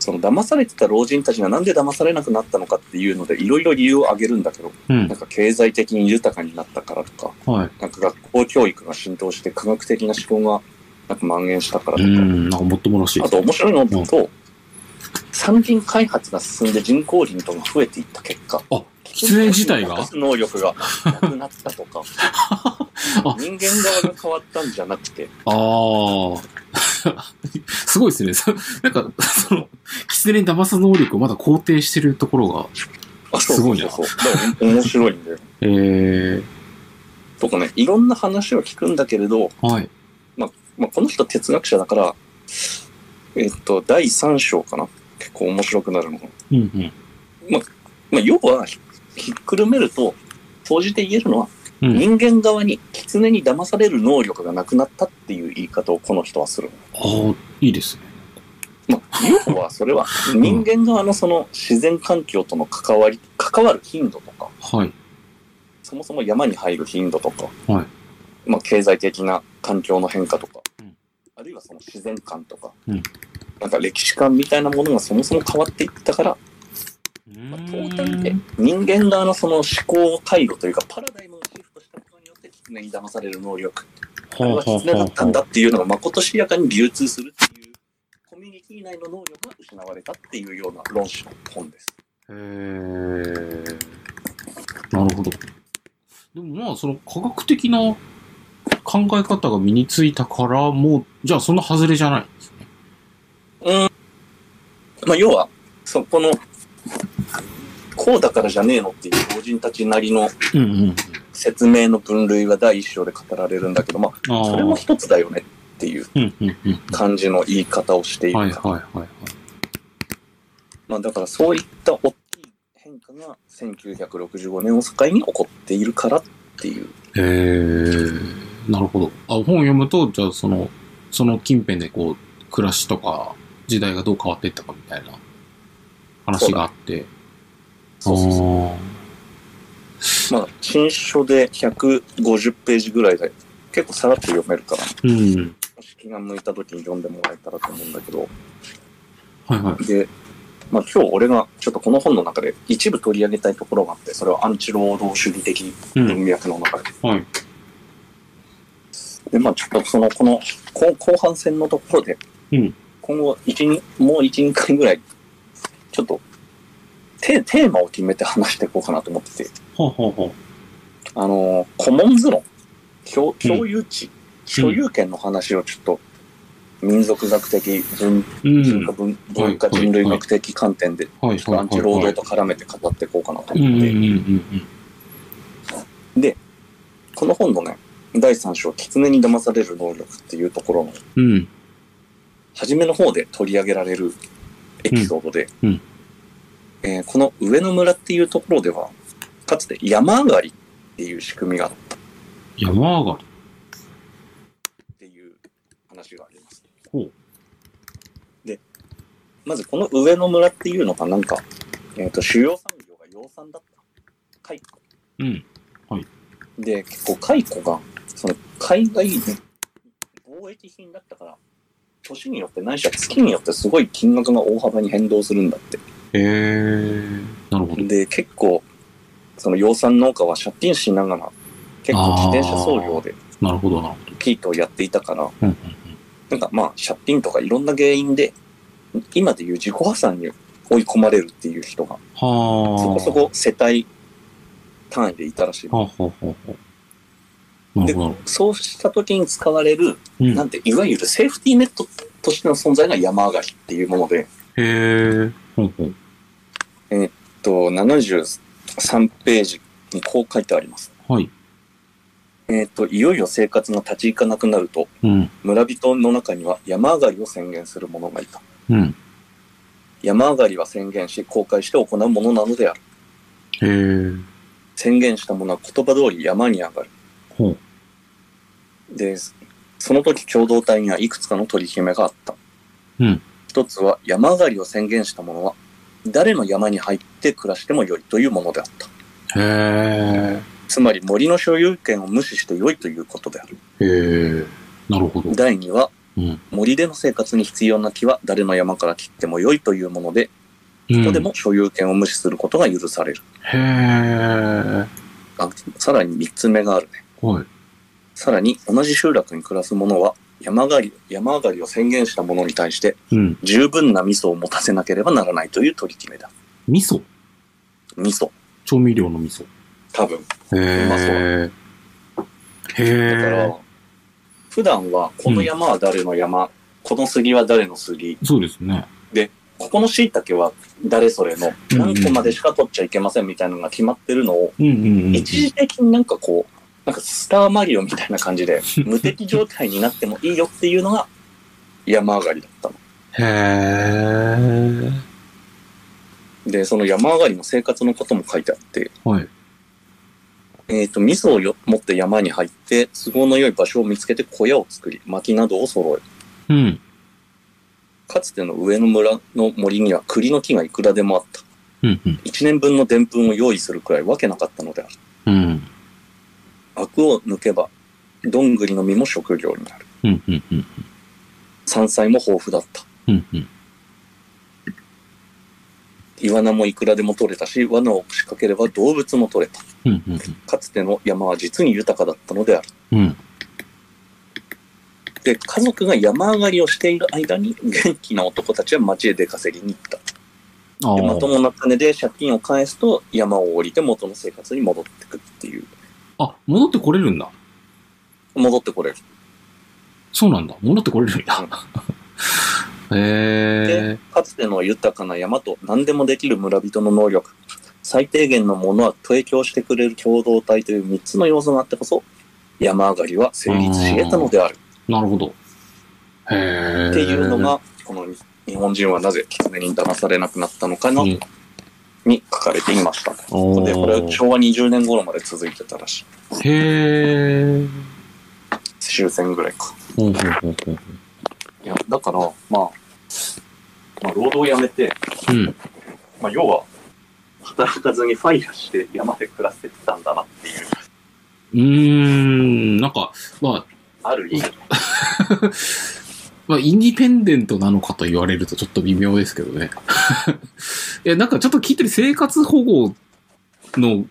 Speaker 1: その騙されてた老人たちがなんで騙されなくなったのかっていうのでいろいろ理由を挙げるんだけど、
Speaker 2: うん
Speaker 1: なん。か経済的に豊かになったからとか、
Speaker 2: はい。
Speaker 1: なんか学校教育が浸透して科学的な思考がなんか蔓延したから
Speaker 2: う
Speaker 1: とか、
Speaker 2: ん。なんかもっともらしい。
Speaker 1: あと面白いのだと、産品開発が進んで人工林とか増えていった結果、
Speaker 2: あ、狐自体が
Speaker 1: 生かす能力がなくなったと
Speaker 2: [LAUGHS]
Speaker 1: か、人間側が変わったんじゃなくて、
Speaker 2: ああ。 [LAUGHS] すごいですね。そなんか、 [LAUGHS] その、狐に騙す能力をまだ肯定してるところが、
Speaker 1: あ
Speaker 2: すごいな
Speaker 1: そうそうそうだから面白い
Speaker 2: [LAUGHS]
Speaker 1: んだよ。
Speaker 2: ええ
Speaker 1: とかね、いろんな話を聞くんだけれど、
Speaker 2: はい。
Speaker 1: まあ、この人哲学者だから、えっと、第3章かな。結構面白くなるのが。
Speaker 2: うんうん。
Speaker 1: まあ、要は、ひひっくるめると、総じて言えるのは、
Speaker 2: うん
Speaker 1: 人間側に狐に騙される能力がなくなったっていう言い方をこの人は
Speaker 2: [LAUGHS]
Speaker 1: するの。
Speaker 2: ああ、いいですね。
Speaker 1: まあ、要はそれは人間側のその自然環境との関わり、関わる頻度とか、
Speaker 2: はい。
Speaker 1: そもそも山に入る頻度とか、
Speaker 2: は
Speaker 1: まあ、経済的な環境の変化とか、
Speaker 2: うん
Speaker 1: あるいはその自然観とか、
Speaker 2: うん
Speaker 1: なんか歴史観みたいなものがそもそも変わっていったから、まあ、トータルで人間側のその思考回路というかパラダイムをシフトしたことによって狐に騙される能力これは狐だったんだっていうのがまことしやかに流通するっていうコミュニティ内の能力が失われたっていうような論旨の本です。
Speaker 2: えー、なるほど。でもまあ、その科学的な考え方が身についたから、もう、じゃあそんな外れじゃないんですね。
Speaker 1: まあ、要はそこのこうだからじゃねえのっていう老人たちなりの
Speaker 2: うんうんうん。
Speaker 1: 説明の分類が第一章で語られるんだけど、ま
Speaker 2: あ
Speaker 1: あ、
Speaker 2: あ。
Speaker 1: それも一つだよねっていう
Speaker 2: うんうんうん。
Speaker 1: 感じの言い方をしている。
Speaker 2: はいはいはいはい。
Speaker 1: まあだからそういった大きい変化が1965年を境に起こっているからっていう。
Speaker 2: えー、なるほど。あ、本を読むと、じゃあその、その近辺でこう、暮らしとか、時代がどう変わっていったかみたいな話があって。
Speaker 1: そうそうそう
Speaker 2: あ
Speaker 1: まあ新書で150ページぐらいで結構さらっと読めるから、
Speaker 2: ーうん。
Speaker 1: もし気が向いた時に読んでもらえたらと思うんだけど、
Speaker 2: はいはい。
Speaker 1: で、まあ、今日俺がちょっとこの本の中で一部取り上げたいところがあって、それはアンチ労働主義的
Speaker 2: うん。
Speaker 1: 文脈の中で。
Speaker 2: はい。
Speaker 1: で、まあちょっとその、この後後半戦のところで、
Speaker 2: うん
Speaker 1: 今後一二、もう一、二回ぐらい、ちょっとテ、テーマを決めて話していこうかなと思ってて、
Speaker 2: ほうほうほう。
Speaker 1: あのー、コモンズ論、共共有地、所有権の話をちょっと、民族学的、文
Speaker 2: うん。
Speaker 1: 化
Speaker 2: はい
Speaker 1: 文文化人類学的観点で、
Speaker 2: はい
Speaker 1: ちょっとアンチ労
Speaker 2: はい
Speaker 1: 働と絡めて語っていこうかなと
Speaker 2: うん
Speaker 1: 思っ
Speaker 2: うんう
Speaker 1: て、
Speaker 2: んうん
Speaker 1: この本のね、第3章、狐に騙される能力っていうところの、
Speaker 2: うん。うん。
Speaker 1: 初めの方で取り上げられるエピソードで、
Speaker 2: うんうん
Speaker 1: えーこの上野村っていうところでは、かつて山上がりっていう仕組みがあっ
Speaker 2: 山上がり。
Speaker 1: たっていう話があります。
Speaker 2: ほう。
Speaker 1: まずこの上野村っていうのがなんか、えっ、と、主要産業が養蚕だった。蚕。
Speaker 2: うん。
Speaker 1: で、結構蚕が、その海外貿易品だったから、年によってないしは月によってすごい金額が大幅に変動するんだって。
Speaker 2: えー、なるほど。
Speaker 1: で、結構、その養蚕農家は借金しながら、結構自転車操業で
Speaker 2: なるほど、なる
Speaker 1: ピートをやっていたから、
Speaker 2: ほど。うん
Speaker 1: なんかまあ借金とかいろんな原因で、今でいう自己破産に追い込まれるっていう人が、
Speaker 2: うんうん。はあ。
Speaker 1: そこそこ世帯単位でいたらしい。
Speaker 2: はあ、はあ、はあ。なるほど。
Speaker 1: そうした時に使われる、
Speaker 2: うん。
Speaker 1: なんて、いわゆるセーフティーネットとしての存在が山上がりっていうもので、
Speaker 2: へえ。ほんほん。
Speaker 1: と73ページにこう書いてあります。
Speaker 2: はい。
Speaker 1: えっ、と、いよいよ生活が立ち行かなくなると、
Speaker 2: うん。
Speaker 1: 村人の中には山上がりを宣言する者がいた。
Speaker 2: うん。
Speaker 1: 山上がりは宣言し、公開して行うものなのである。
Speaker 2: へえ。
Speaker 1: 宣言した者は言葉通り山に上がる。
Speaker 2: ほう。
Speaker 1: で、その時共同体にはいくつかの取り決めがあった。
Speaker 2: うん
Speaker 1: 一つは山上がりを宣言した者は、誰の山に入って暮らしても良いというものであった。
Speaker 2: へえ。
Speaker 1: つまり森の所有権を無視して良いということである。
Speaker 2: へえ。なるほど。
Speaker 1: 第二は、
Speaker 2: うん
Speaker 1: 森での生活に必要な木は誰の山から切っても良いというもので、
Speaker 2: うん
Speaker 1: ここでも所有権を無視することが許される。
Speaker 2: へえ。
Speaker 1: あさらに三つ目があるね。
Speaker 2: はい。
Speaker 1: さらに同じ集落に暮らす者は山上がり、山上がりを宣言した者に対して
Speaker 2: うん。
Speaker 1: 十分な味噌を持たせなければならないという取り決めだ。
Speaker 2: 味噌
Speaker 1: 味噌。
Speaker 2: 調味料の味噌。
Speaker 1: 多分。うまそう
Speaker 2: へえ。
Speaker 1: だか
Speaker 2: へえ
Speaker 1: ら。、普段はこの山は誰の山、この杉は誰の杉、
Speaker 2: そうですね。
Speaker 1: ここの椎茸は誰それの何個までしか取っちゃいけませんみたいなのが決まってるのを、
Speaker 2: うんうんうん。
Speaker 1: 一時的になんかこう、なんかスターマリオみたいな感じ
Speaker 2: [LAUGHS]
Speaker 1: で、無敵状態になってもいいよっていうのが山上がりだったの。
Speaker 2: へえ。
Speaker 1: で、その山上がりの生活のことも書いてあって、
Speaker 2: はい。
Speaker 1: えっ、と、味噌をよ持って山に入って、都合の良い場所を見つけて小屋を作り、薪などを揃える。
Speaker 2: うん。
Speaker 1: かつての上野村の森には栗の木がいくらでもあった。
Speaker 2: うんうん。
Speaker 1: 一年分の澱粉を用意するくらいわけなかったのである。
Speaker 2: うん。
Speaker 1: アクを抜けば、どんぐりの実も食料になる。
Speaker 2: うんうんうん。
Speaker 1: 山菜も豊富だった。
Speaker 2: うんうん。
Speaker 1: イワナもいくらでも取れたし、罠を仕掛ければ動物も取れた。
Speaker 2: うんうん
Speaker 1: かつての山は実に豊かだったのである。
Speaker 2: うん。うん。
Speaker 1: で、家族が山上がりをしている間に、元気な男たちは町へ出稼ぎに行った。
Speaker 2: あ
Speaker 1: でまと
Speaker 2: ー
Speaker 1: もな金で借金を返すと、山を降りて元の生活に戻ってくっていう。
Speaker 2: あ、戻ってこれるんだ。
Speaker 1: 戻ってこれる。
Speaker 2: そうなんだ。戻ってこれるんだ。へえ
Speaker 1: で。、かつての豊かな山と何でもできる村人の能力、最低限のものは提供してくれる共同体という3つの要素があってこそ、山上がりは成立し得たのである
Speaker 2: なるほど。へえ。
Speaker 1: っていうのが、この日本人はなぜ狐に騙されなくなったのかの、
Speaker 2: うん
Speaker 1: に書かれていました。
Speaker 2: お
Speaker 1: で、これは
Speaker 2: ー
Speaker 1: 昭和20年頃まで続いてたらしい。
Speaker 2: へえ。
Speaker 1: 終戦ぐらいか。
Speaker 2: ほうほうほうほう。
Speaker 1: いや、だから、まあ、まあ、労働をやめて、
Speaker 2: うん。
Speaker 1: まあ、要は、働かずにファイアして山で暮らせてたんだなっていう、
Speaker 2: うーん、なんか、まあ、
Speaker 1: ある意味、
Speaker 2: まあ、インディペンデントなのかと言われるとちょっと微妙ですけどね。 [LAUGHS] いや、なんかちょっと聞いてる生活保護の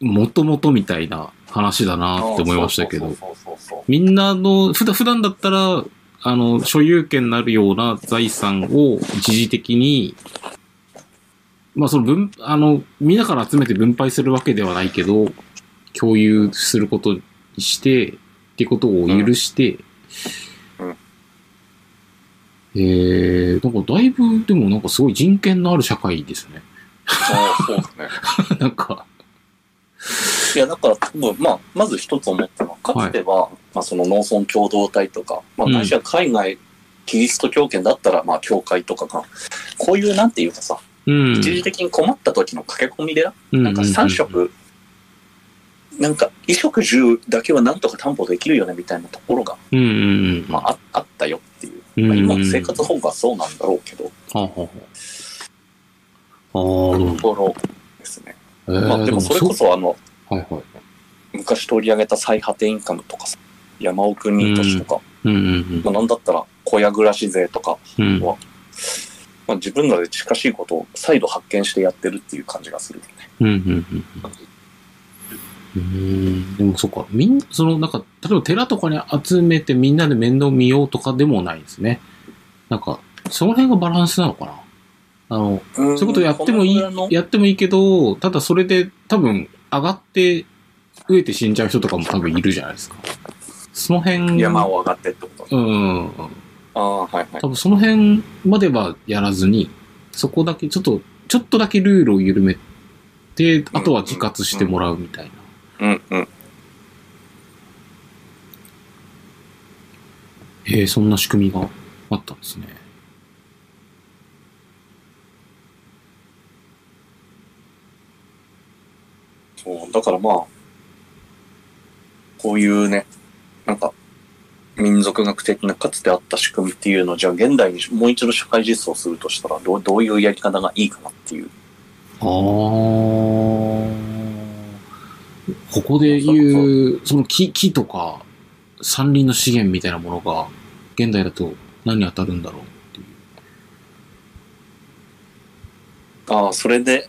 Speaker 2: 元々みたいな話だなって思いましたけど。
Speaker 1: そうそうそうそう
Speaker 2: みんなの、普段、普段だったら、あの、所有権になるような財産を一時的に、まあその分、あの、みんなから集めて分配するわけではないけど、共有することにして、ってことを許して、
Speaker 1: うんうん
Speaker 2: えー、なんかだいぶ、でもなんかすごい人権のある社会ですね。
Speaker 1: そう。そうですね。
Speaker 2: なんか、
Speaker 1: いや、だから多分、まあ、まず一つ思ったのは、かつては、まあ、その農村共同体とか、まあ、
Speaker 2: うん
Speaker 1: ないしは海外、キリスト教圏だったら、まあ、教会とかが、こういう、なんていうかさ、
Speaker 2: うん。
Speaker 1: 一時的に困った時の駆け込みで、なんか3
Speaker 2: うん
Speaker 1: 食、なんか衣食住だけはなんとか担保できるよねみたいなところが、
Speaker 2: うんうんうん。
Speaker 1: まあ、ああったよっていう。
Speaker 2: うんう
Speaker 1: まあ、
Speaker 2: ん、
Speaker 1: 今の生活保護はそうなんだろうけど、
Speaker 2: はあ、はあはあ、ああ、
Speaker 1: ところですね。
Speaker 2: えー
Speaker 1: まあ、でもそれこ。そ、あの、
Speaker 2: うはいはい。
Speaker 1: 昔取り上げた最果てインカムとかさ、山奥ニート市とか、
Speaker 2: うんうん
Speaker 1: まあ、なんだったら小屋暮らし税とか、
Speaker 2: うん。うん
Speaker 1: まあ、自分らで近しいことを再度発見してやってるっていう感じがするよね。
Speaker 2: うんうんうん。うん。でもそっか。みんその、なんか、例えば寺とかに集めてみんなで面倒見ようとかでもないですね。なんか、その辺がバランスなのかな。あの、
Speaker 1: そう
Speaker 2: そういうことやってもいい、やってもいいけど、ただそれで多分上がって、飢えて死んじゃう人とかも多分いるじゃないですか。その辺。
Speaker 1: 山を上がってってこと
Speaker 2: うんうんうん。
Speaker 1: ああ、はいはい。
Speaker 2: 多分その辺まではやらずに、そこだけ、ちょっと、ちょっとだけルールを緩めて、あとは自活してもらうみたいな。
Speaker 1: うんうん。
Speaker 2: へえ、そんな仕組みがあったんですね。
Speaker 1: そう、だからまあ、こういうね、なんか、民族学的なかつてあった仕組みっていうのを、じゃあ現代にもう一度社会実装するとしたら、どうどういうやり方がいいかなっていう。
Speaker 2: ああ。ここで言う、その木、木とか、山林の資源みたいなものが、現代だと何に当たるんだろうっていう。
Speaker 1: ああ、それで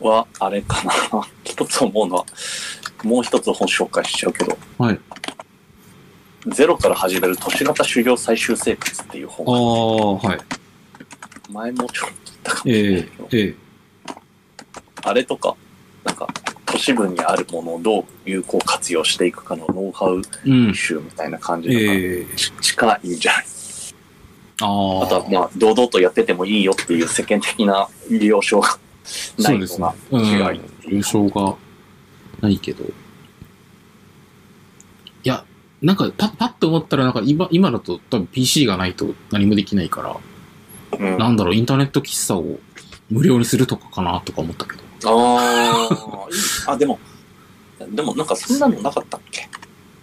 Speaker 1: は、あれかな。 [LAUGHS] 一つ思うのは、もう一つ本紹介しちゃうけど、
Speaker 2: はい。
Speaker 1: ゼロから始める都市型修行最終生活っていう
Speaker 2: あ
Speaker 1: 本。
Speaker 2: あ、はい。
Speaker 1: 前もちょっと言ったかもしれ
Speaker 2: え
Speaker 1: な
Speaker 2: え
Speaker 1: いけど、
Speaker 2: ええ。
Speaker 1: あれとか、なんか、都市部にあるものをどう有効活用していくかのノウハウ
Speaker 2: うん。
Speaker 1: 集みたいな感じだから、
Speaker 2: ええ。
Speaker 1: ち近いんじゃない
Speaker 2: ああ。
Speaker 1: あとは、まあ、堂々とやっててもいいよっていう世間的な了承がないのが違いって
Speaker 2: 優
Speaker 1: いう。
Speaker 2: 勝がないけど。いや、なんかパッ、パッと思ったら、なんか今、今だと多分 PC がないと何もできないから、
Speaker 1: うん
Speaker 2: なんだろう、インターネット喫茶を無料にするとかかなとか思ったけど。
Speaker 1: あーあ、でも、でもなんかそんなのなかったっけ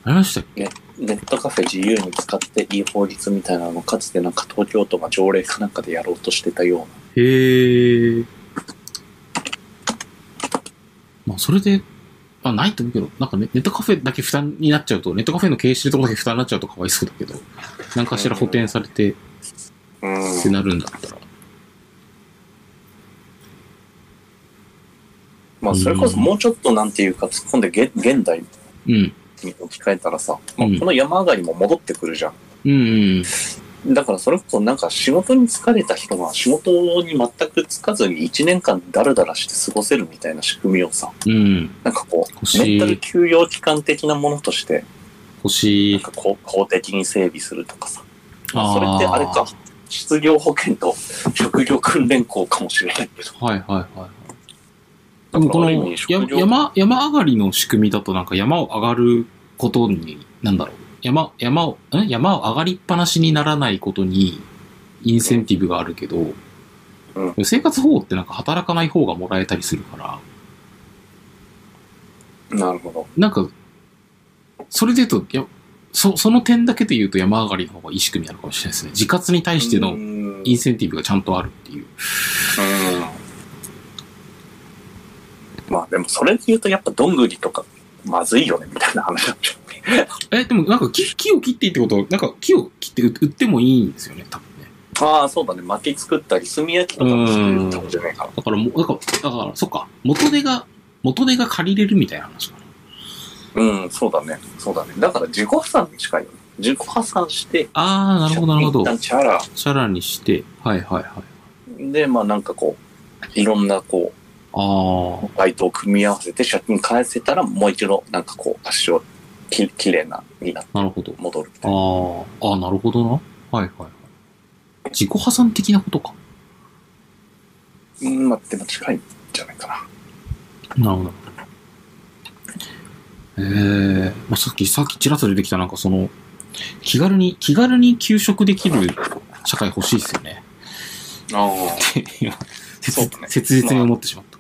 Speaker 2: ありましたっけ
Speaker 1: ネットカフェ自由に使っていい法律みたいなのかつてなんか東京都が条例かなんかでやろうとしてたような。
Speaker 2: へえ。まあ、それで、まあ、ないと思うけど、なんかね、ネットカフェだけ負担になっちゃうと、ネットカフェの経営してるところだけ負担になっちゃうとかわいそうだけど、なんかしら補填されて、
Speaker 1: うん
Speaker 2: ってなるんだったら。
Speaker 1: まあそれこそもうちょっとなんていうか突っ込んでげ現代
Speaker 2: うん。
Speaker 1: に置き換えたらさ、まあ
Speaker 2: うん
Speaker 1: この山上がりも戻ってくるじゃん。
Speaker 2: うんうん。
Speaker 1: だからそれこそなんか仕事に疲れた人が仕事に全くつかずに1年間ダラダラして過ごせるみたいな仕組みをさ、
Speaker 2: うん。
Speaker 1: なんかこう、メンタル
Speaker 2: 腰、
Speaker 1: 休養期間的なものとして、なん
Speaker 2: 腰、
Speaker 1: かこう公的に整備するとかさ。
Speaker 2: あ
Speaker 1: そ
Speaker 2: ー
Speaker 1: れってあれか、失業保険と職業訓練校かもしれないけど。
Speaker 2: はいはいはい。でもこの
Speaker 1: ある意味
Speaker 2: や
Speaker 1: 職業
Speaker 2: 山、山上がりの仕組みだとなんか山を上がることに、なんだろう。山、山を、ん山を上がりっぱなしにならないことに、インセンティブがあるけど、
Speaker 1: う
Speaker 2: 生活保護ってなんか働かない方がもらえたりするから、
Speaker 1: なるほど。
Speaker 2: なんか、それで言うと、いやそその点だけで言うと山上がりの方がいい仕組みなのかもしれないですね。自活に対して
Speaker 1: う
Speaker 2: の
Speaker 1: ん
Speaker 2: インセンティブがちゃんとあるってい
Speaker 1: う
Speaker 2: う。
Speaker 1: んまあでもそれで言うとやっぱどんぐりとかまずいよねみたいな話なんでしょうね。
Speaker 2: え、でもなんか木木を切っていいってことは、なんか木を切って売売ってもいいんですよね、多分ね。
Speaker 1: ああ、そうだね。薪作ったり、炭焼きとかも作るってことじゃないかな。
Speaker 2: だからもう、だから、だからそっか、元手が、元手が借りれるみたいな話かな。
Speaker 1: うん、そうだね。そうだね。だから自己破産に近いよね。自己破産して、
Speaker 2: あー、なるほど、なるほ
Speaker 1: 一
Speaker 2: ど。
Speaker 1: 旦チャラ。
Speaker 2: さらにして、はいはいはい。
Speaker 1: で、まあなんかこう、いろんなこ
Speaker 2: あ
Speaker 1: う、バイトを組み合わせて借金返せたら、もう一度なんかこう、足をききれいな、にな、
Speaker 2: ー、なるほど。
Speaker 1: 戻るみたいな。
Speaker 2: あー、あーなるほどな。はいはいはい。自己破産的なことか。
Speaker 1: うん、まあでも近いんじゃないかな。
Speaker 2: なるほど。えー、まあ、さっき、さっきちらっと出てきたなんかその、気軽に、気軽に給食できる社会欲しいですよね。
Speaker 1: あ
Speaker 2: って [LAUGHS] 今
Speaker 1: そう
Speaker 2: 切
Speaker 1: だね
Speaker 2: 切実に思ってしまった。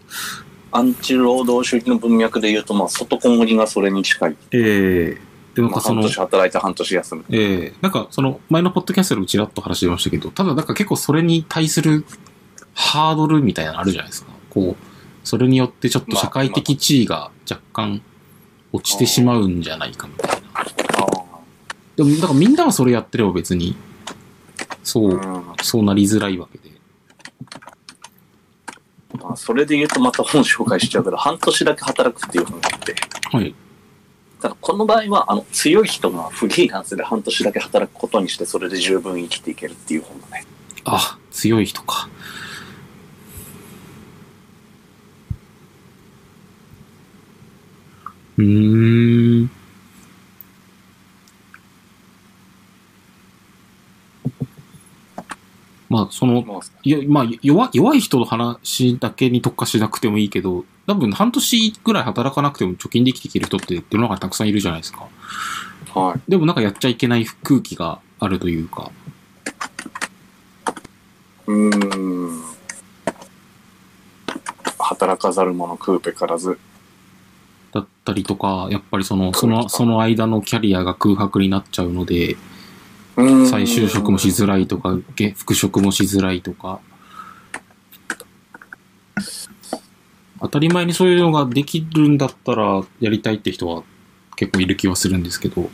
Speaker 1: あ。アンチ労働主義の文脈で言うと、まあ外こもりがそれに近い。
Speaker 2: ええで、なん
Speaker 1: ま
Speaker 2: か
Speaker 1: あ
Speaker 2: そ
Speaker 1: 半
Speaker 2: の、
Speaker 1: 年働いて半年休む。
Speaker 2: ええなんかその、前のポッドキャストでもちらっと話してましたけど、ただなんか結構それに対するハードルみたいなのあるじゃないですか。こう、それによってちょっと社会的地位が若干落ちてしまうんじゃないかみたいな。
Speaker 1: ああ。
Speaker 2: でも、だからみんながそれやってれば別に、そうう、
Speaker 1: ん。
Speaker 2: そうなりづらいわけで。
Speaker 1: まあ、それで言うとまた本紹介しちゃうけど、半年だけ働くっていう本があって、
Speaker 2: はい。
Speaker 1: だからこの場合は、あの、強い人がフリーランスで半年だけ働くことにして、それで十分生きていけるっていう本だね。
Speaker 2: あ、強い人か。うーん。まあ、その、
Speaker 1: も
Speaker 2: よまあ、弱弱い人の話だけに特化しなくてもいいけど、多分半年ぐらい働かなくても貯金できていける人って世の中にたくさんいるじゃないですか。
Speaker 1: う、はい。
Speaker 2: でもなんかやっちゃいけない空気があるというか。
Speaker 1: うーん。働かざる者食うべからず。
Speaker 2: だったりとか、やっぱりその、その、その間のキャリアが空白になっちゃうので、
Speaker 1: うーん
Speaker 2: 再就職もしづらいとか、げ復職もしづらいとか。当たり前にそういうのができるんだったら、やりたいって人は結構いる気はするんですけど。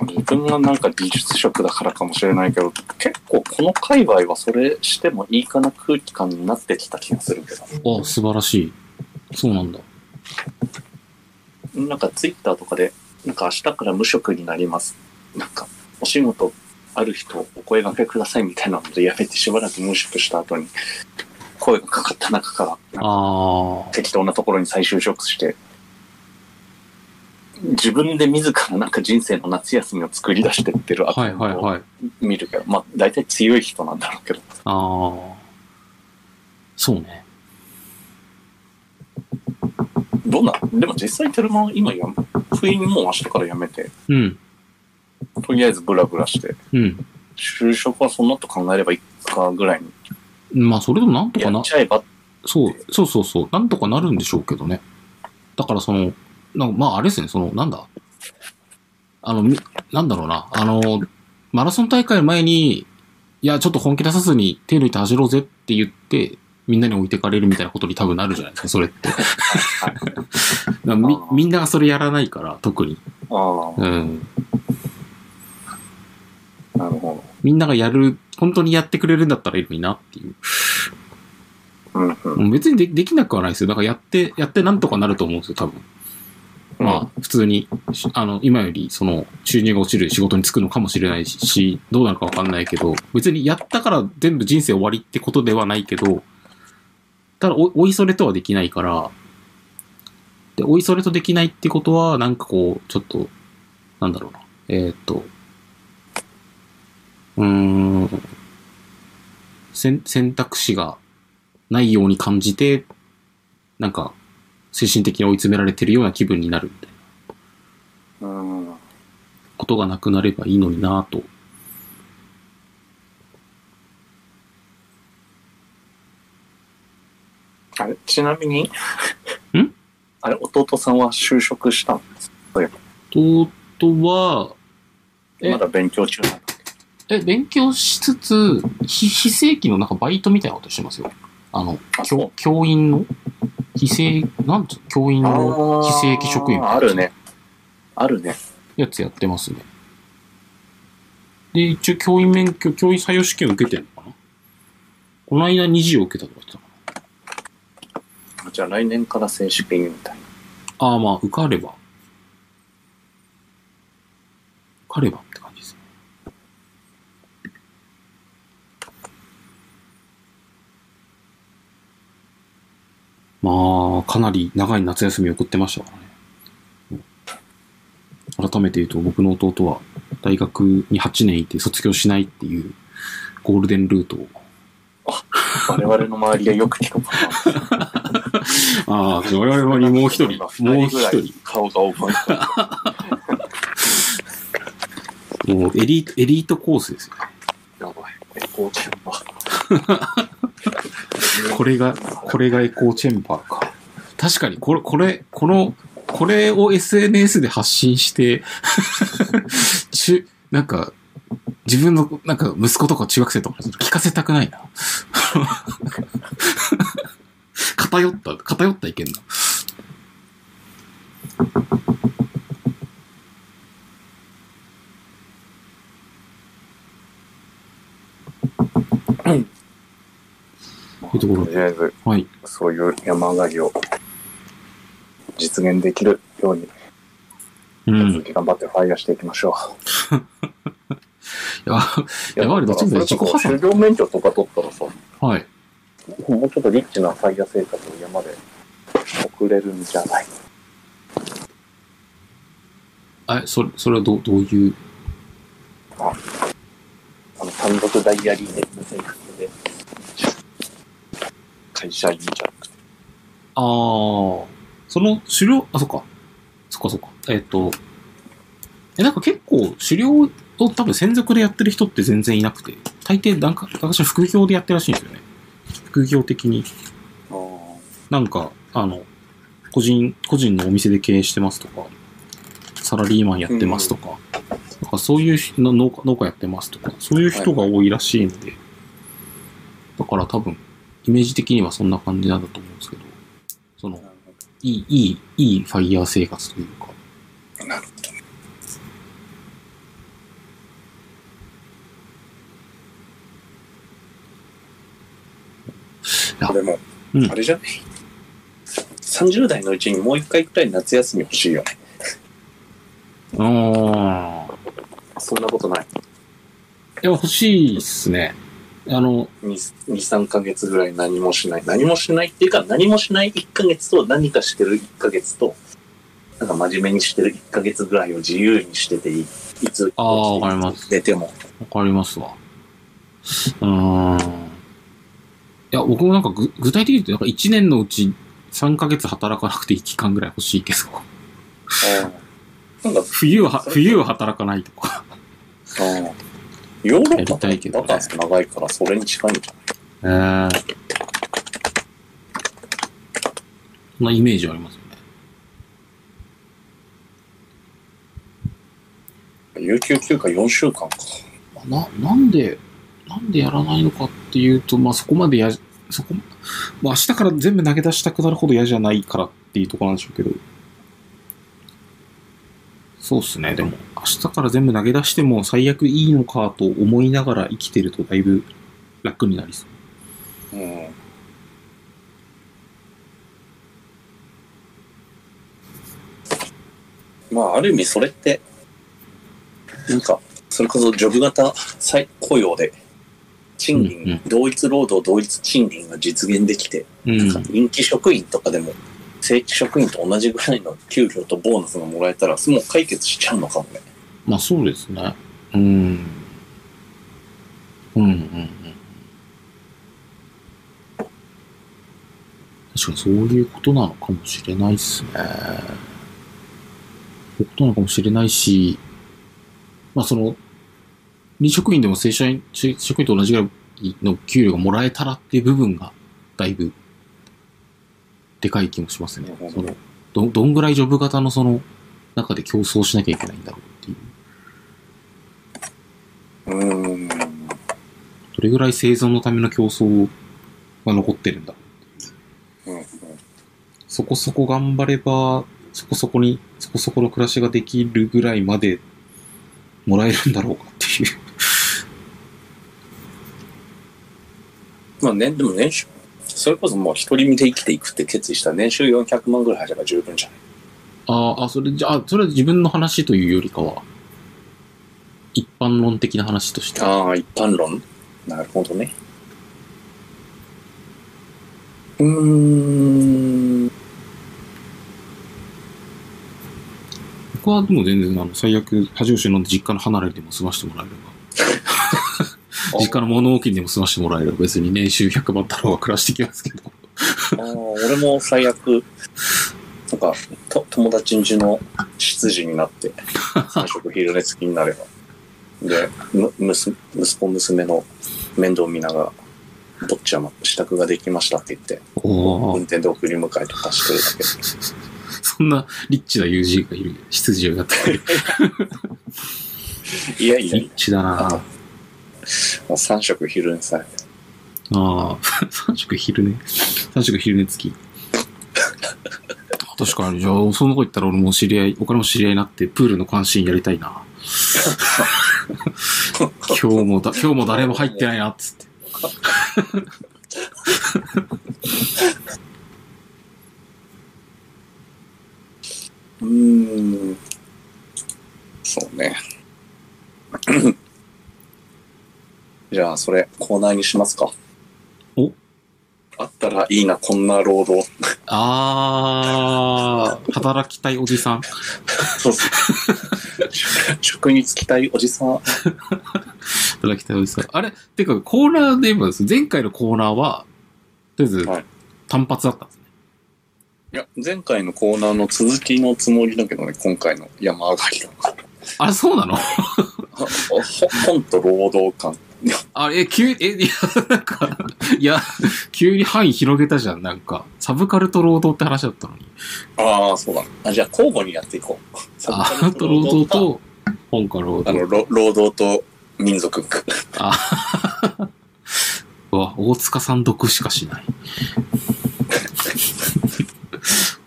Speaker 1: 自分はなんか技術職だからかもしれないけど、結構この界隈はそれしてもいいかな空気感になってきた気がするけど。
Speaker 2: あ、素晴らしい。そうなんだ。
Speaker 1: なんかツイッターとかで、なんか明日から無職になります。なんか、お仕事ある人お声掛けくださいみたいなのでやめてしばらく無職した後に、声がかかった中から、なんか
Speaker 2: ああ。
Speaker 1: 適当なところに再就職して、自分で自らなんか人生の夏休みを作り出してってる
Speaker 2: はいはい
Speaker 1: を
Speaker 2: はい。
Speaker 1: 見るけど、まあ大体強い人なんだろうけど。
Speaker 2: ああ。そうね。
Speaker 1: どうなでも実際テルマは今や、不意にもう明日から辞めて、
Speaker 2: うん。
Speaker 1: とりあえずブラブラして、
Speaker 2: うん。
Speaker 1: 就職はそんなと考えればいいかぐらいに
Speaker 2: まあ、それでもなんと
Speaker 1: や
Speaker 2: かな
Speaker 1: っ、ちゃえばっ
Speaker 2: そう、そうそうそう。なんとかなるんでしょうけどね。だからその、なんまああれですね、その、なんだあの、みなんだろうな。あの、マラソン大会前に、いや、ちょっと本気出さずに手抜いて走ろうぜって言って、みんなに置いてかれるみたいなことに多分なるじゃないですか、それって。だ [LAUGHS] からみ
Speaker 1: あー
Speaker 2: みんながそれやらないから、特に。
Speaker 1: あ
Speaker 2: うん。
Speaker 1: あ、なるほ
Speaker 2: みんながやる、本当にやってくれるんだったらいいのになっていう。
Speaker 1: ど。うんうん。
Speaker 2: うん別にでできなくはないですよ。だからやって、やってなんとかなると思うんですよ、多分。まあ、普通に、しあの、今より、その、収入が落ちる仕事に就くのかもしれないし、どうなるかわかんないけど、別にやったから全部人生終わりってことではないけど、ただ、お、おいそれとはできないから、で、おいそれとできないってことは、なんかこう、ちょっと、なんだろうな、えーっと、うーん、選選択肢がないように感じて、なんか、精神的に追い詰められてるような気分になるみたいな
Speaker 1: うん。
Speaker 2: ことがなくなればいいのになぁと
Speaker 1: ちなみに、
Speaker 2: ん
Speaker 1: あれ、弟さんは就職したの
Speaker 2: 弟は、え
Speaker 1: まだ勉強中なの
Speaker 2: え、勉強しつつ、非非正規のなんかバイトみたいなことしてますよ。あの、教教員の非正、なんて教員の
Speaker 1: あー
Speaker 2: 非正規職員
Speaker 1: あるね。あるね。
Speaker 2: やつやってますね。で、一応教員免許、教員採用試験受けてるのかなこの間2次を受けたとか言ってたか
Speaker 1: じゃあ来年から正式にみたいな。
Speaker 2: な。ああ、まあ、受かれば。受かればって感じですね。まあ、かなり長い夏休みを送ってましたからね。改めて言うと、僕の弟は大学に8年いて卒業しないっていうゴールデンルー
Speaker 1: [LAUGHS]
Speaker 2: トを。
Speaker 1: 我々の周りでよく聞くパターン。
Speaker 2: ああ、我々はもう一人
Speaker 1: 今、
Speaker 2: も
Speaker 1: 二人ぐ
Speaker 2: う一
Speaker 1: らい
Speaker 2: 人、
Speaker 1: 顔が覚えてる。
Speaker 2: もうエリート、エリートコースですよ。
Speaker 1: やばい。エコーチェンバー。
Speaker 2: [LAUGHS] これが、これがエコーチェンバーか。確かに、これ、これ、この、これを SNS で発信して、 [LAUGHS] 中、なんか、自分の、なんか、息子とか中学生とかに聞かせたくないな。 [LAUGHS] 偏った、偏った意見だ。いうところ
Speaker 1: とりあえず、
Speaker 2: はい。
Speaker 1: そういう山上がりを実現できるように、
Speaker 2: う
Speaker 1: 引き
Speaker 2: [LAUGHS] ん
Speaker 1: 続。き頑張ってファイヤーしていきましょ
Speaker 2: い
Speaker 1: う。
Speaker 2: や、いや我々どっち
Speaker 1: だ
Speaker 2: も
Speaker 1: からそ
Speaker 2: 自己破産
Speaker 1: れこそ修行免許とか取ったらさ、
Speaker 2: はい。
Speaker 1: もうちょっとリッチなファイヤー生活を山で送れるんじゃない
Speaker 2: あ、それ、それはどう、どういう、
Speaker 1: あの、単独ダイアリーで生活で、会社員じゃなくて、
Speaker 2: ああ、その狩猟、あ、そっか。そっかそっか。えっ、と、え、なんか結構狩猟を多分専属でやってる人って全然いなくて、大抵なんか、私は副業でやってるらしいんですよね。副業的に。なんか、あの、個人、個人のお店で経営してますとか、サラリーマンやってますとか、なんかそういうひの農家、農家やってますとか、そういう人が多いらしいんで、だから多分、イメージ的にはそんな感じなんだと思うんですけど、その、いい、いい、いいファイヤー生活というか。
Speaker 1: なるこれも、
Speaker 2: うん
Speaker 1: あれじゃない ?30 代のうちにもう一回くらい夏休み欲しいよね。
Speaker 2: ああ。
Speaker 1: そんなことない。
Speaker 2: いや、欲しいっすね。あの、
Speaker 1: 2、3ヶ月ぐらい何もしない。何もしないっていうか、何もしない1ヶ月と何かしてる1ヶ月と、なんか真面目にしてる1ヶ月ぐらいを自由にしてていい。いつ、
Speaker 2: ああ、わかります。
Speaker 1: 出ても。
Speaker 2: わかりますわ。うーん。いや、僕もなんかぐ具体的に言うと、なんか1年のうち3ヶ月働かなくていい期間ぐらい欲しいけど、 [LAUGHS]
Speaker 1: なんか、
Speaker 2: 冬は、冬は働かない
Speaker 1: [LAUGHS]
Speaker 2: とか。
Speaker 1: うんヨーロッパ
Speaker 2: やりたいけどね
Speaker 1: バカンス長いからそれに近いんじゃない
Speaker 2: えー、そんなイメージありますよね。
Speaker 1: 有給休暇4週間か。
Speaker 2: な、なんで、なんでやらないのかっていうと、まあ、そこまでや、そこ、まあ、明日から全部投げ出したくなるほど嫌じゃないからっていうところなんでしょうけど。そうっすね。でも、明日から全部投げ出しても最悪いいのかと思いながら生きてるとだいぶ楽になりそう。
Speaker 1: うん。まあ、ある意味それって、なんか、それこそジョブ型再雇用で、賃金、
Speaker 2: うんうん
Speaker 1: 同一労働同一賃金が実現できて、
Speaker 2: う
Speaker 1: なんか人気職員とかでも、正規職員と同じぐらいの給料とボーナスがもらえたら、もう解決しちゃうのかもね。
Speaker 2: まあそうですね。うん。うんうんうん。確かにそういうことなのかもしれないですね。そういうことなのかもしれないし、まあその、離職員でも正社員、正職員と同じぐらいの給料がもらえたらっていう部分が、だいぶ、でかい気もしますね
Speaker 1: うん。
Speaker 2: そのど、どんぐらいジョブ型のその中で競争しなきゃいけないんだろうっていう。
Speaker 1: うーん。
Speaker 2: どれぐらい生存のための競争が残ってるんだろう。
Speaker 1: うんうん
Speaker 2: そこそこ頑張れば、そこそこに、そこそこの暮らしができるぐらいまでもらえるんだろうかっていう。
Speaker 1: まあね、でも年収、それこそもう一人身で生きていくって決意したら年収400万ぐらい入れば十分じゃない
Speaker 2: あーあ、それじゃあ、それは自分の話というよりかは、一般論的な話として。
Speaker 1: ああ、一般論なるほどね。うーん。
Speaker 2: 僕はでも全然、あの、最悪、恥を忍んで実家の離れでも済ましてもらえれば。 [LAUGHS] 実家の物置にでも済ましてもらえれば別に年収100万太郎は暮らしてきますけど。
Speaker 1: ああ、俺も最悪、なんか、と友達ん家の執事になって、3食昼寝付きになれば。で、む、むす、息子娘の面倒見ながら、どっちは支度ができましたって言って、
Speaker 2: お
Speaker 1: 運
Speaker 2: ー
Speaker 1: 転で送り迎えとかしてるだけ。
Speaker 2: そんなリッチな友人がいる、羊をやってる。
Speaker 1: いやいや
Speaker 2: リ
Speaker 1: い
Speaker 2: ッチだなあ
Speaker 1: や、3食昼寝されて。
Speaker 2: あ、3食 [LAUGHS] 昼寝。3食昼寝付き。 [LAUGHS] 確かに、じゃあ、そんなこと言ったら俺も知り合い、お金も知り合いになって、プールの監視員やりたい [LAUGHS] な。今日もだ、今日も誰も入ってないな、っつって。
Speaker 1: うーん。そうね。 [COUGHS] じゃあ、それ、コーナーにしますか。
Speaker 2: お
Speaker 1: あったらいいな、こんな労働。
Speaker 2: ああ、働きたいおじさん。
Speaker 1: そう [LAUGHS] そう。職に就きたいおじさん。はい
Speaker 2: ただきたいおじさん。あれてか、コーナーで言えばですね、前回のコーナーは、とりあえず
Speaker 1: はい、
Speaker 2: 単発だったんですね。
Speaker 1: や、前回のコーナーの続きのつもりだけどね、今回の山上が [LAUGHS] りの。
Speaker 2: あれ、そうなの
Speaker 1: ほ本と労働感。
Speaker 2: あれ、え急に、え、いや、なんか、いや、急に範囲広げたじゃん、なんか。サブカルと労働って話だったのに。
Speaker 1: ああ、そうだ、ね。あじゃあ、交互にやっていこう。サ
Speaker 2: あ
Speaker 1: ブカル
Speaker 2: と労働、と、本か労
Speaker 1: あの、
Speaker 2: 働。
Speaker 1: ろ労働と民族。
Speaker 2: うわ、大塚さん得しかしない。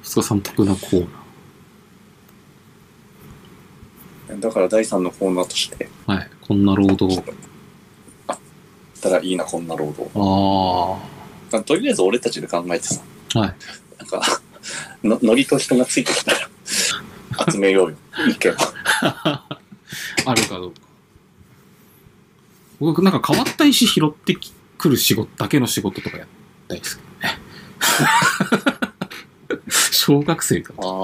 Speaker 2: 大塚さん得なコーナー。
Speaker 1: だから第3のコーナーとして、
Speaker 2: はい、こんな労働。
Speaker 1: あったらいいな、こんな労働。
Speaker 2: あ
Speaker 1: あとりあえず俺たちで考えてさ、
Speaker 2: はい
Speaker 1: なんか、のノリと人がついてきたら、集めようよ、意見を。
Speaker 2: あ、あるかどうか。僕、なんか変わった石拾ってくる仕事だけの仕事とかやったりするね。 [LAUGHS] 小学生か。
Speaker 1: ああ、ああ。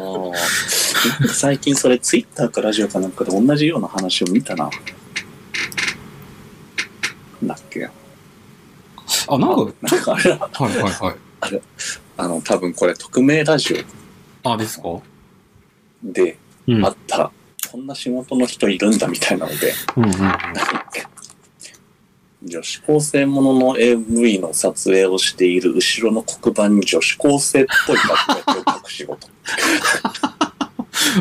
Speaker 1: なんか最近それ、ツイッターかラジオかなんかで同じような話を見たな。なんだっけ
Speaker 2: あ、なんか、
Speaker 1: なんかあれだ、
Speaker 2: はいはいはい。
Speaker 1: あの、多分これ、匿名ラジ
Speaker 2: あ、ですか
Speaker 1: オで
Speaker 2: うん。うん
Speaker 1: あった、こんな仕事の人いるんだみたいなので、
Speaker 2: うんうん。
Speaker 1: 女子高生ものの AV の撮影をしている後ろの黒板に女子高生っぽい学校を書く仕事。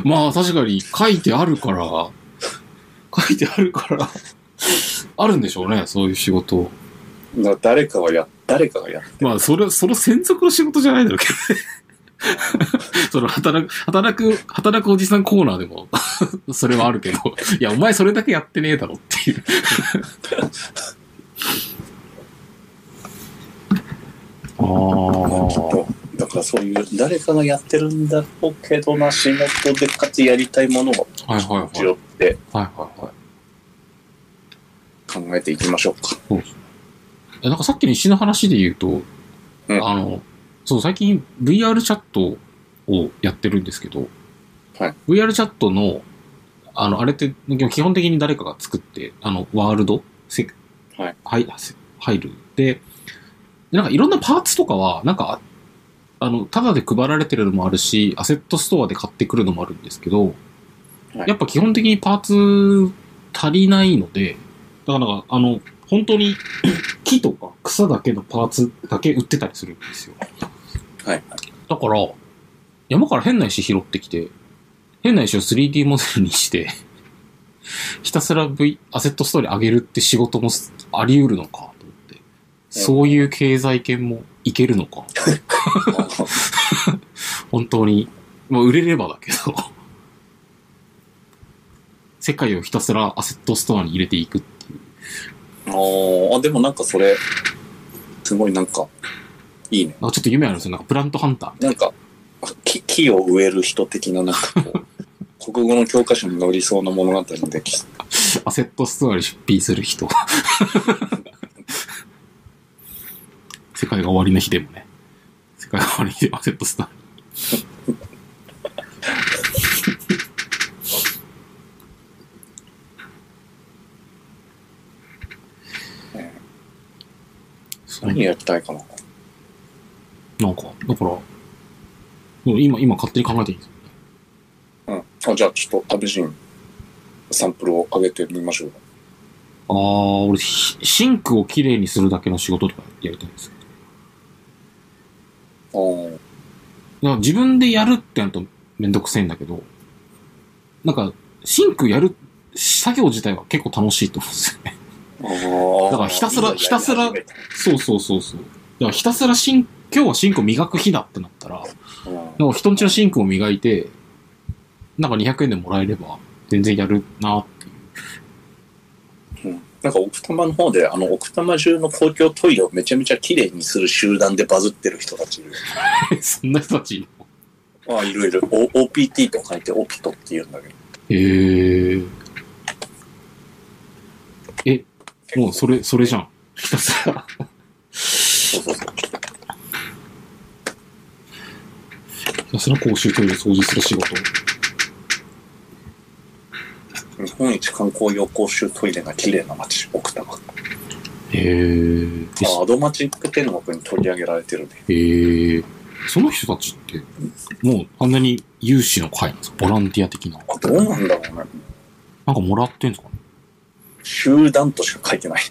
Speaker 2: まあ確かに書いてあるから、書いてあるから、あるんでしょうね、そういう仕事。
Speaker 1: だから誰かがや、 [LAUGHS] 誰かがやっ
Speaker 2: まあそれ、その専属の仕事じゃないだろうけどね。 [LAUGHS] その働く、働く、働くおじさんコーナーでも、 [LAUGHS] それはあるけど、いや、お前それだけやってねえだろっていう。 [LAUGHS] ああ。
Speaker 1: だからそういう、誰かがやってるんだろうけどな、仕事でかつやりたいものを
Speaker 2: はいはいはい。
Speaker 1: 拾って
Speaker 2: はいはいはい。
Speaker 1: 考えていきましょうか。
Speaker 2: え、なんかさっきの石の話で言うと、
Speaker 1: うん
Speaker 2: あの、そう、最近 VR チャットをやってるんですけど、
Speaker 1: はい、
Speaker 2: VR チャットの、あの、あれって、基本的に誰かが作って、あの、ワールド、せ
Speaker 1: はい、
Speaker 2: はい、せ入る。で、でなんかいろんなパーツとかは、なんか、あの、ただで配られてるのもあるし、アセットストアで買ってくるのもあるんですけど、
Speaker 1: はい
Speaker 2: やっぱ基本的にパーツ足りないので、だからなんか、あの、本当に木とか草だけのパーツだけ売ってたりするんですよ。
Speaker 1: はい。
Speaker 2: だから、山から変な石拾ってきて、変な石を 3D モデルにして、 [LAUGHS] ひたすら V、アセットストーリー上げるって仕事もすあり得るのか、と思って。そういう経済圏もいけるのか。本当に。まあ、売れればだけど。 [LAUGHS] 世界をひたすらアセットストアに入れていくっていう。
Speaker 1: あ [LAUGHS] ーあ、でもなんかそれ、すごいなんか、いいね。
Speaker 2: なんかちょっと夢あるんですよ。なんかプラントハンターみたい
Speaker 1: なんか、あ木木を植える人的ななんかこ [LAUGHS] う、国語の教科書に載りそうな物語のでき
Speaker 2: な。アセットストアに出品する人。世界が終わりの日でもね。世界が終わりの日でもアセットストアに。そう
Speaker 1: 何やりたいかな。
Speaker 2: なんか、だから、もう今、今勝手に考えていいんですよ。
Speaker 1: うん。あじゃあちょっと、試しに、サンプルを上げてみましょう。
Speaker 2: あー、俺、シシンクをきれいにするだけの仕事とかやりたいんですよ。
Speaker 1: あー
Speaker 2: だから自分でやるってなるとめんどくせえんだけど、なんか、シンクやる作業自体は結構楽しいと思うんですよね。
Speaker 1: あー。
Speaker 2: だからひたすら
Speaker 1: いいね
Speaker 2: ひたすら
Speaker 1: やり始
Speaker 2: そうそうそうそう。だからひたすらシン、今日はシンクを磨く日だってなったら、
Speaker 1: めたうん
Speaker 2: なんか人んちのシンクを磨いて、なんか200円でもらえれば全然やるなっていう。
Speaker 1: なんか奥多摩の方で、あの奥多摩中の公共トイレをめちゃめちゃ綺麗にする集団でバズってる人たちいる。
Speaker 2: [LAUGHS] そんな人たちいるの
Speaker 1: ああ、いるいる。O- OPT と書いてオピトって言うんだけど。
Speaker 2: へえ。え、もうそれ、それじゃん。ひたすら。
Speaker 1: そうそうそう。
Speaker 2: ひたすら公衆トイレ掃除する仕事。
Speaker 1: 日本一観光用公衆トイレが綺麗な街、奥多摩。
Speaker 2: へえ。
Speaker 1: あアドマチック天国に取り上げられてるね。
Speaker 2: えー、その人たちって、もうあんなに有志の会なんですかボランティア的な。
Speaker 1: あ、どうなんだろうね。
Speaker 2: なんかもらってんすかね
Speaker 1: 集団としか書いてない。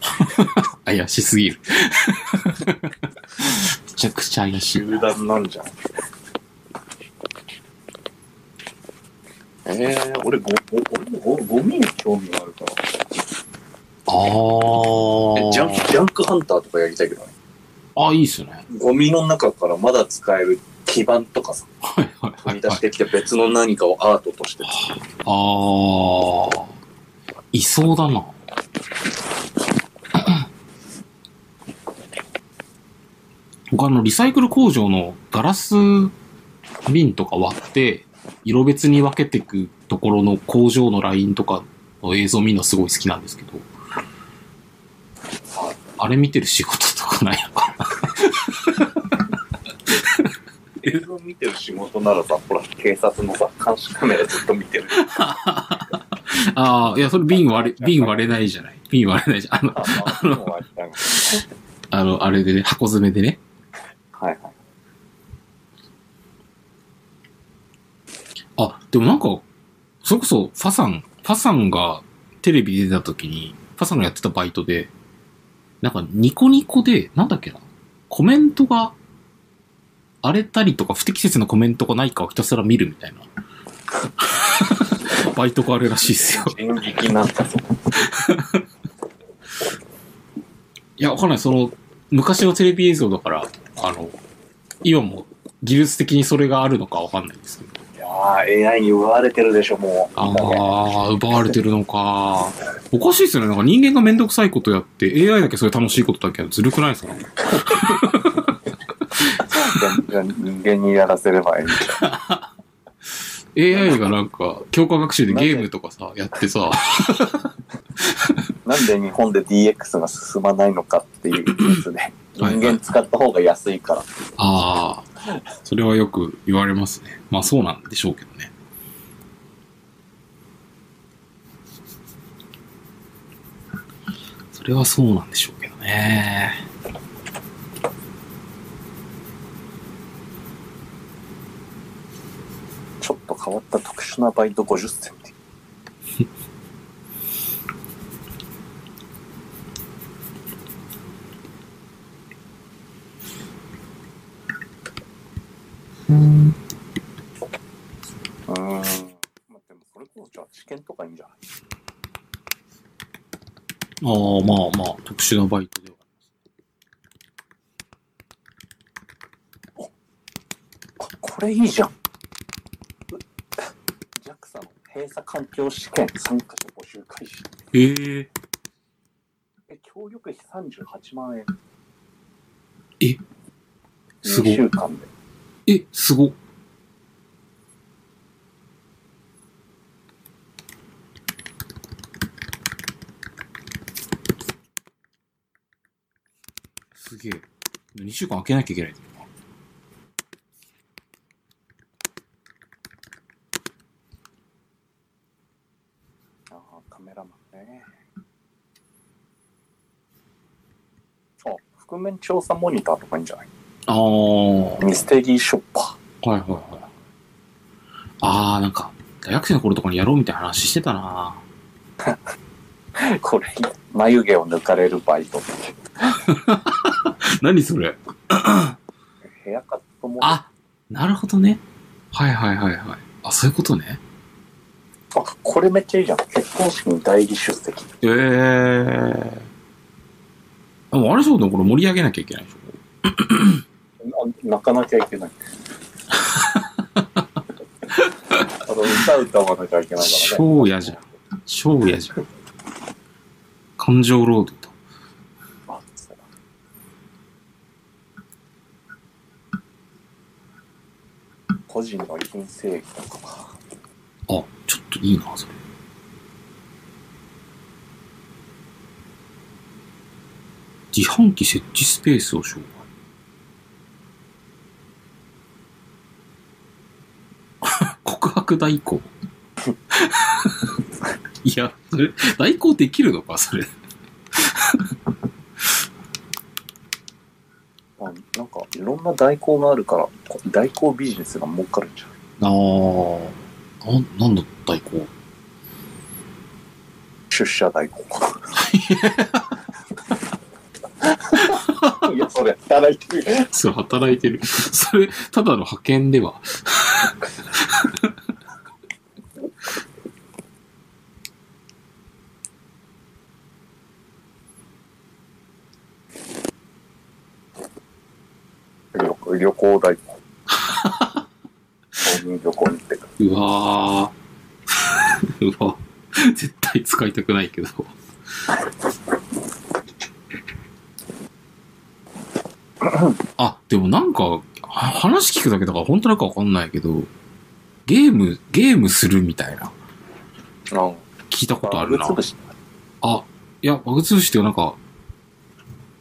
Speaker 2: 怪しすぎる。 [LAUGHS] めちゃくちゃ怪しい。
Speaker 1: 団なんじゃん。えー、俺ご、ご、俺もご、ゴミに興味があるから。
Speaker 2: あー。
Speaker 1: ジャンジャンクハンターとかやりたいけどね。
Speaker 2: あ、いいっすね。
Speaker 1: ゴミの中からまだ使える基板とかさ、
Speaker 2: はいはいは
Speaker 1: 取り
Speaker 2: い、
Speaker 1: 出
Speaker 2: は
Speaker 1: し
Speaker 2: い。
Speaker 1: てきて別の何かをアートとして作る
Speaker 2: あー。いそうだな。 [CLEARS THROAT] 他のリサイクル工場のガラス瓶とか割って、色別に分けていくところの工場のラインとかの映像見るのすごい好きなんですけど、あれ見てる仕事とかないのかな
Speaker 1: 映像見てる仕事ならさ、ほら、警察のさ、監視カメラずっと見てる。
Speaker 2: ああ、いや、それ瓶割れ、瓶割れないじゃない。瓶割れないじゃん。あの、
Speaker 1: あ、 [LAUGHS] あの、もうあったの
Speaker 2: あの、あれでね、箱詰めでね。
Speaker 1: [LAUGHS] はいはい。
Speaker 2: あ、でもなんか、それこそ、ファさん、ファさんがテレビ出てた時に、ファさんがやってたバイトで、なんかニコニコで、なんだっけな、コメントが荒れたりとか不適切なコメントがないかをひたすら見るみたいな。 [LAUGHS] バイトがあるらしいですよ。
Speaker 1: 人力なんだぞ。
Speaker 2: いや、わかんない。その、昔のテレビ映像だから、あの、今も技術的にそれがあるのかわかんないですけど。
Speaker 1: いやー、AI に奪われてるでしょ、もう。
Speaker 2: ああ、奪われてるのか。おかしいですよね。なんか人間がめんどくさいことやって、AI だけそれ楽しいことだけやるずるくないですか
Speaker 1: じゃあ人間にやらせればいい。
Speaker 2: ?AI がなんか、強化学習でゲームとかさ、やってさ、
Speaker 1: なんで日本で DX が進まないのかっていうニュースで、人間使った方が安いから。
Speaker 2: ああ、それはよく言われますね。まあそうなんでしょうけどね。それはそうなんでしょうけどね。
Speaker 1: ちょっと変わった特殊なバイト50銭で。券とかいいんじゃない
Speaker 2: ああ、まあまあ、特殊なバイトでは
Speaker 1: あこれいいじゃん。JAXA の閉鎖環境試験参加者募集開始。
Speaker 2: ええ
Speaker 1: え、協力費38万円。
Speaker 2: えすごい
Speaker 1: 2週間で。
Speaker 2: え、すごっ。すげえ。2週間開けなきゃいけない。
Speaker 1: ああ、カメラマンね。あ、覆面調査モニターとかいいんじゃない
Speaker 2: ああ。
Speaker 1: ミステリーショッパ
Speaker 2: はいはいはい。ああ、なんか、大学生の頃とかにやろうみたいな話してたな。
Speaker 1: ー。これ、眉毛を抜かれるバイトって。
Speaker 2: 何それ
Speaker 1: ヘアカットも。
Speaker 2: あ、なるほどね。はいはいはいはい。あ、そういうことね。
Speaker 1: あこれめっちゃいいじゃん。結婚式に代理出席。
Speaker 2: ええー。でもあれそうだ、これ盛り上げなきゃいけないでしょ。
Speaker 1: な泣かなきゃいけない。あの歌歌わなきゃいけないからね。
Speaker 2: 超嫌じゃん。超嫌じゃん。感情労働だ。
Speaker 1: あそうだ個人の遺品整理とか。
Speaker 2: あ、ちょっといいな、それ。自販機設置スペースを障害。 [LAUGHS] 告白代行。 [LAUGHS] いや、それ、代行できるのか、それ。
Speaker 1: まあ、なんかいろんな代行があるから、こ代行ビジネスが儲かるんじゃない
Speaker 2: あー、なん、なんだ、代行。
Speaker 1: 出社代行。いや、それ働いてる。
Speaker 2: それ働いてる。 [LAUGHS] それ、ただの派遣では。
Speaker 1: 旅旅行代 [LAUGHS] 行。旅行に行ってくる。
Speaker 2: うわー。 [LAUGHS] うわ。絶対使いたくないけど。あ、でもなんか、は話聞くだけだから本当なんかわかんないけど、ゲーム、ゲームするみたいな、
Speaker 1: あ
Speaker 2: 聞いたことあるな。
Speaker 1: 潰し
Speaker 2: あ、いや、バグ潰しっていうなんか、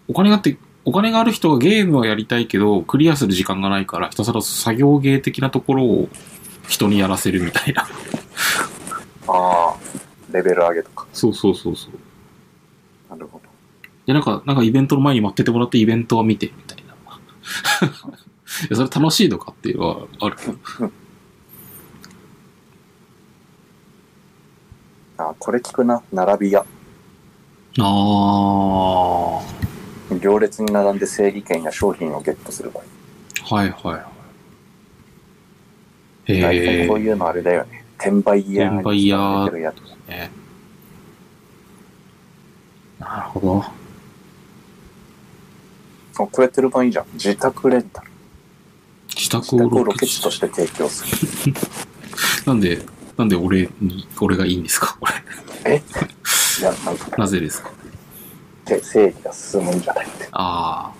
Speaker 2: お金があって、お金がある人がゲームはやりたいけど、クリアする時間がないから、ひたすら作業芸的なところを人にやらせるみたいな。
Speaker 1: ああ、レベル上げとか。
Speaker 2: [LAUGHS] そうそうそうそう。
Speaker 1: なるほど。
Speaker 2: で、なんか、なんかイベントの前に待っててもらってイベントは見て、みたいな。い [LAUGHS] や、それ楽しいのかっていうのはある。
Speaker 1: ああ、これ聞くな。並び屋。
Speaker 2: あ
Speaker 1: 行列に並んで整理券や商品をゲットする場合。
Speaker 2: ー。はいはいはい。
Speaker 1: 大
Speaker 2: へ
Speaker 1: 体
Speaker 2: え
Speaker 1: こう。いうのあれだよね。転売屋。
Speaker 2: 転売屋
Speaker 1: やってるやつ。
Speaker 2: なるほど。
Speaker 1: あ、これやってる場合いいじゃん。自宅レンタル。
Speaker 2: 自宅
Speaker 1: 自
Speaker 2: を
Speaker 1: 宅を
Speaker 2: ロ
Speaker 1: ロ
Speaker 2: ケ
Speaker 1: ケ
Speaker 2: 地
Speaker 1: 地として提供する。
Speaker 2: なんで、なんで俺に、俺がいいんですか [LAUGHS] これ。
Speaker 1: いや、なんか、
Speaker 2: なぜですか
Speaker 1: て整理が進むんじゃないって。
Speaker 2: あ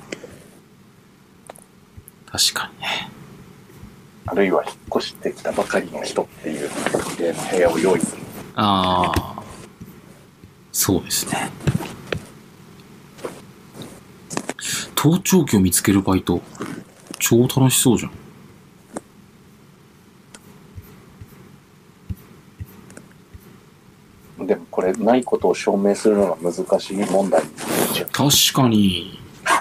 Speaker 2: あ。確かにね。
Speaker 1: あるいは引っ越してきたばかりの人っていう、家の部屋を用意する。
Speaker 2: ああ。そうですね。盗聴器を見つけるバイト。超楽しそうじゃん。
Speaker 1: でもこれ、ないことを証明するのが難しい問題に
Speaker 2: 確かに。確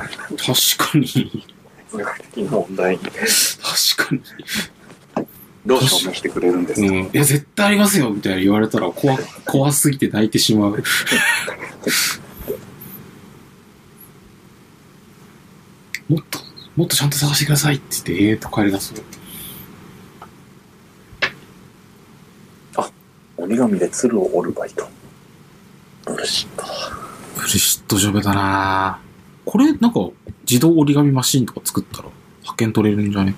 Speaker 2: かに。
Speaker 1: 哲学的な問題に。
Speaker 2: 確かに。
Speaker 1: どう証明してくれるんですか、
Speaker 2: うん。いや、絶対ありますよみたいな言われたら怖、怖すぎて泣いてしまう。 [LAUGHS] もっと、もっとちゃんと探してくださいって言って、ええと帰り出す。
Speaker 1: 同折り紙で鶴を折るバイト。ブルシットだ。
Speaker 2: ブリシットジョブだなこれ、なんか、自動折り紙マシンとか作ったら、派遣取れるんじゃね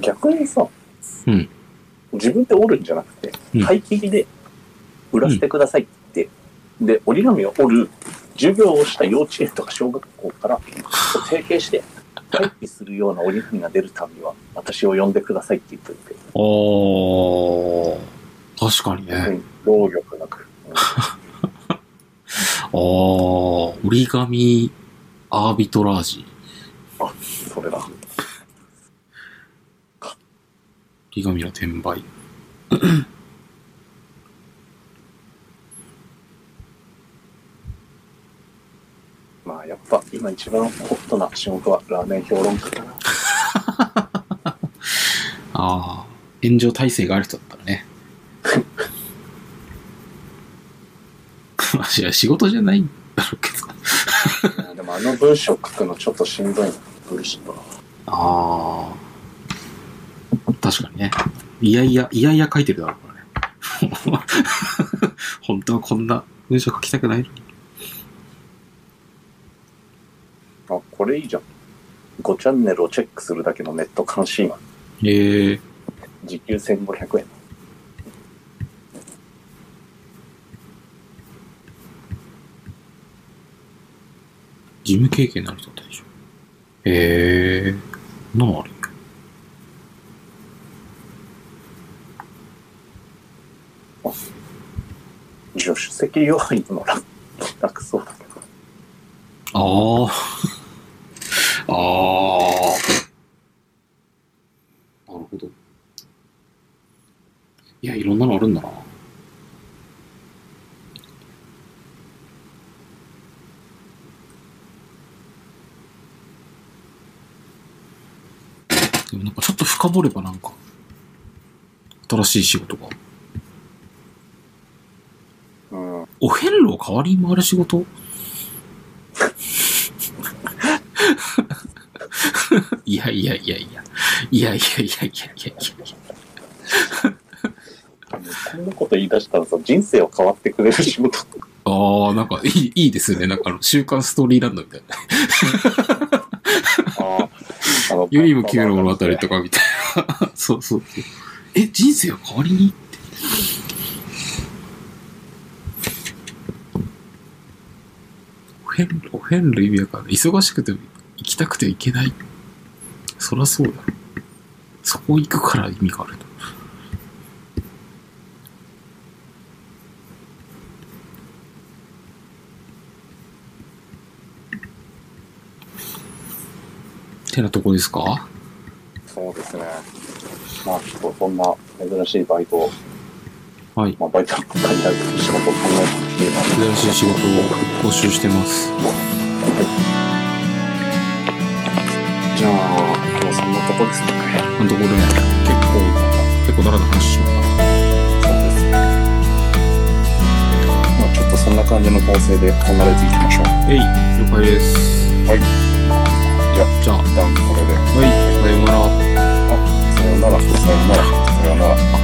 Speaker 1: 逆にさ、
Speaker 2: うん
Speaker 1: 自分で折るんじゃなくて
Speaker 2: うん、
Speaker 1: 買い切りで売らせてくださいって言って、で、折り紙を折る授業をした幼稚園とか小学校から提携して、廃棄するような折り紙が出るたびは、私を呼んでくださいって言っといて、
Speaker 2: あー、確かにね。
Speaker 1: うん労力なく。うん
Speaker 2: あー、折り紙アービトラージ。
Speaker 1: それだ。
Speaker 2: 折り紙の転売。
Speaker 1: まあやっぱ今一番ホットな仕事はラーメン評論家だな。
Speaker 2: あー、炎上体制がある人だったらね。 [LAUGHS] まあ、いや仕事じゃないんだろうけど。
Speaker 1: でもあの文章書くのちょっとしんどいな。ブルシットだ。
Speaker 2: ああ。確かにね。いやいや、いやいや書いてるだろうからね。 [LAUGHS] 本当はこんな文章書きたくないのに。
Speaker 1: あ、これいいじゃん。5チャンネルをチェックするだけのネット監視員。
Speaker 2: ええ
Speaker 1: 時給1500円。
Speaker 2: 事務経験のある人だったでしょ。ええー。なああれ。
Speaker 1: 助手席用意も楽楽そうだけど。
Speaker 2: ああ。ああ。なるほど。いや、いろんなのあるんだな。でもなんかちょっと深掘ればなんか、新しい仕事が。
Speaker 1: うん。
Speaker 2: お遍路を代わりに回る仕事 [LAUGHS] いやいやいやいや。いやいやいやいやいやい
Speaker 1: こんなこと言い出したらさ、人生は変わってくれる仕事。
Speaker 2: や。ああ、なんかいい、いいですね。なんかあの、週刊ストーリーランドみたいな。
Speaker 1: [LAUGHS] ああ。あの
Speaker 2: ユリも奇妙な物語とかみたいな。そうそうそう。え、人生を代わりにお遍路、お遍路意味わかんない。忙しくても行きたくて行けない。そらそうだ。そこ行くから意味があると。てなとこですか
Speaker 1: そうですね。まあちょっとそんな珍しいバイトを、
Speaker 2: はい。
Speaker 1: まあバイトばっかりやる仕事を考えています。
Speaker 2: 珍しい仕事を募集してます。
Speaker 1: じゃあ、今日はそんなとこですかね。
Speaker 2: あのところね、結構、結構だらだら話しちゃったな。
Speaker 1: そうです。まあちょっとそんな感じの構成で離れていきましょう。
Speaker 2: えい、了解です。
Speaker 1: はいじゃ
Speaker 2: じゃあ、は
Speaker 1: 一旦これで。
Speaker 2: い、さようなら。
Speaker 1: さよなら、さよなら、さよなら。
Speaker 2: あ、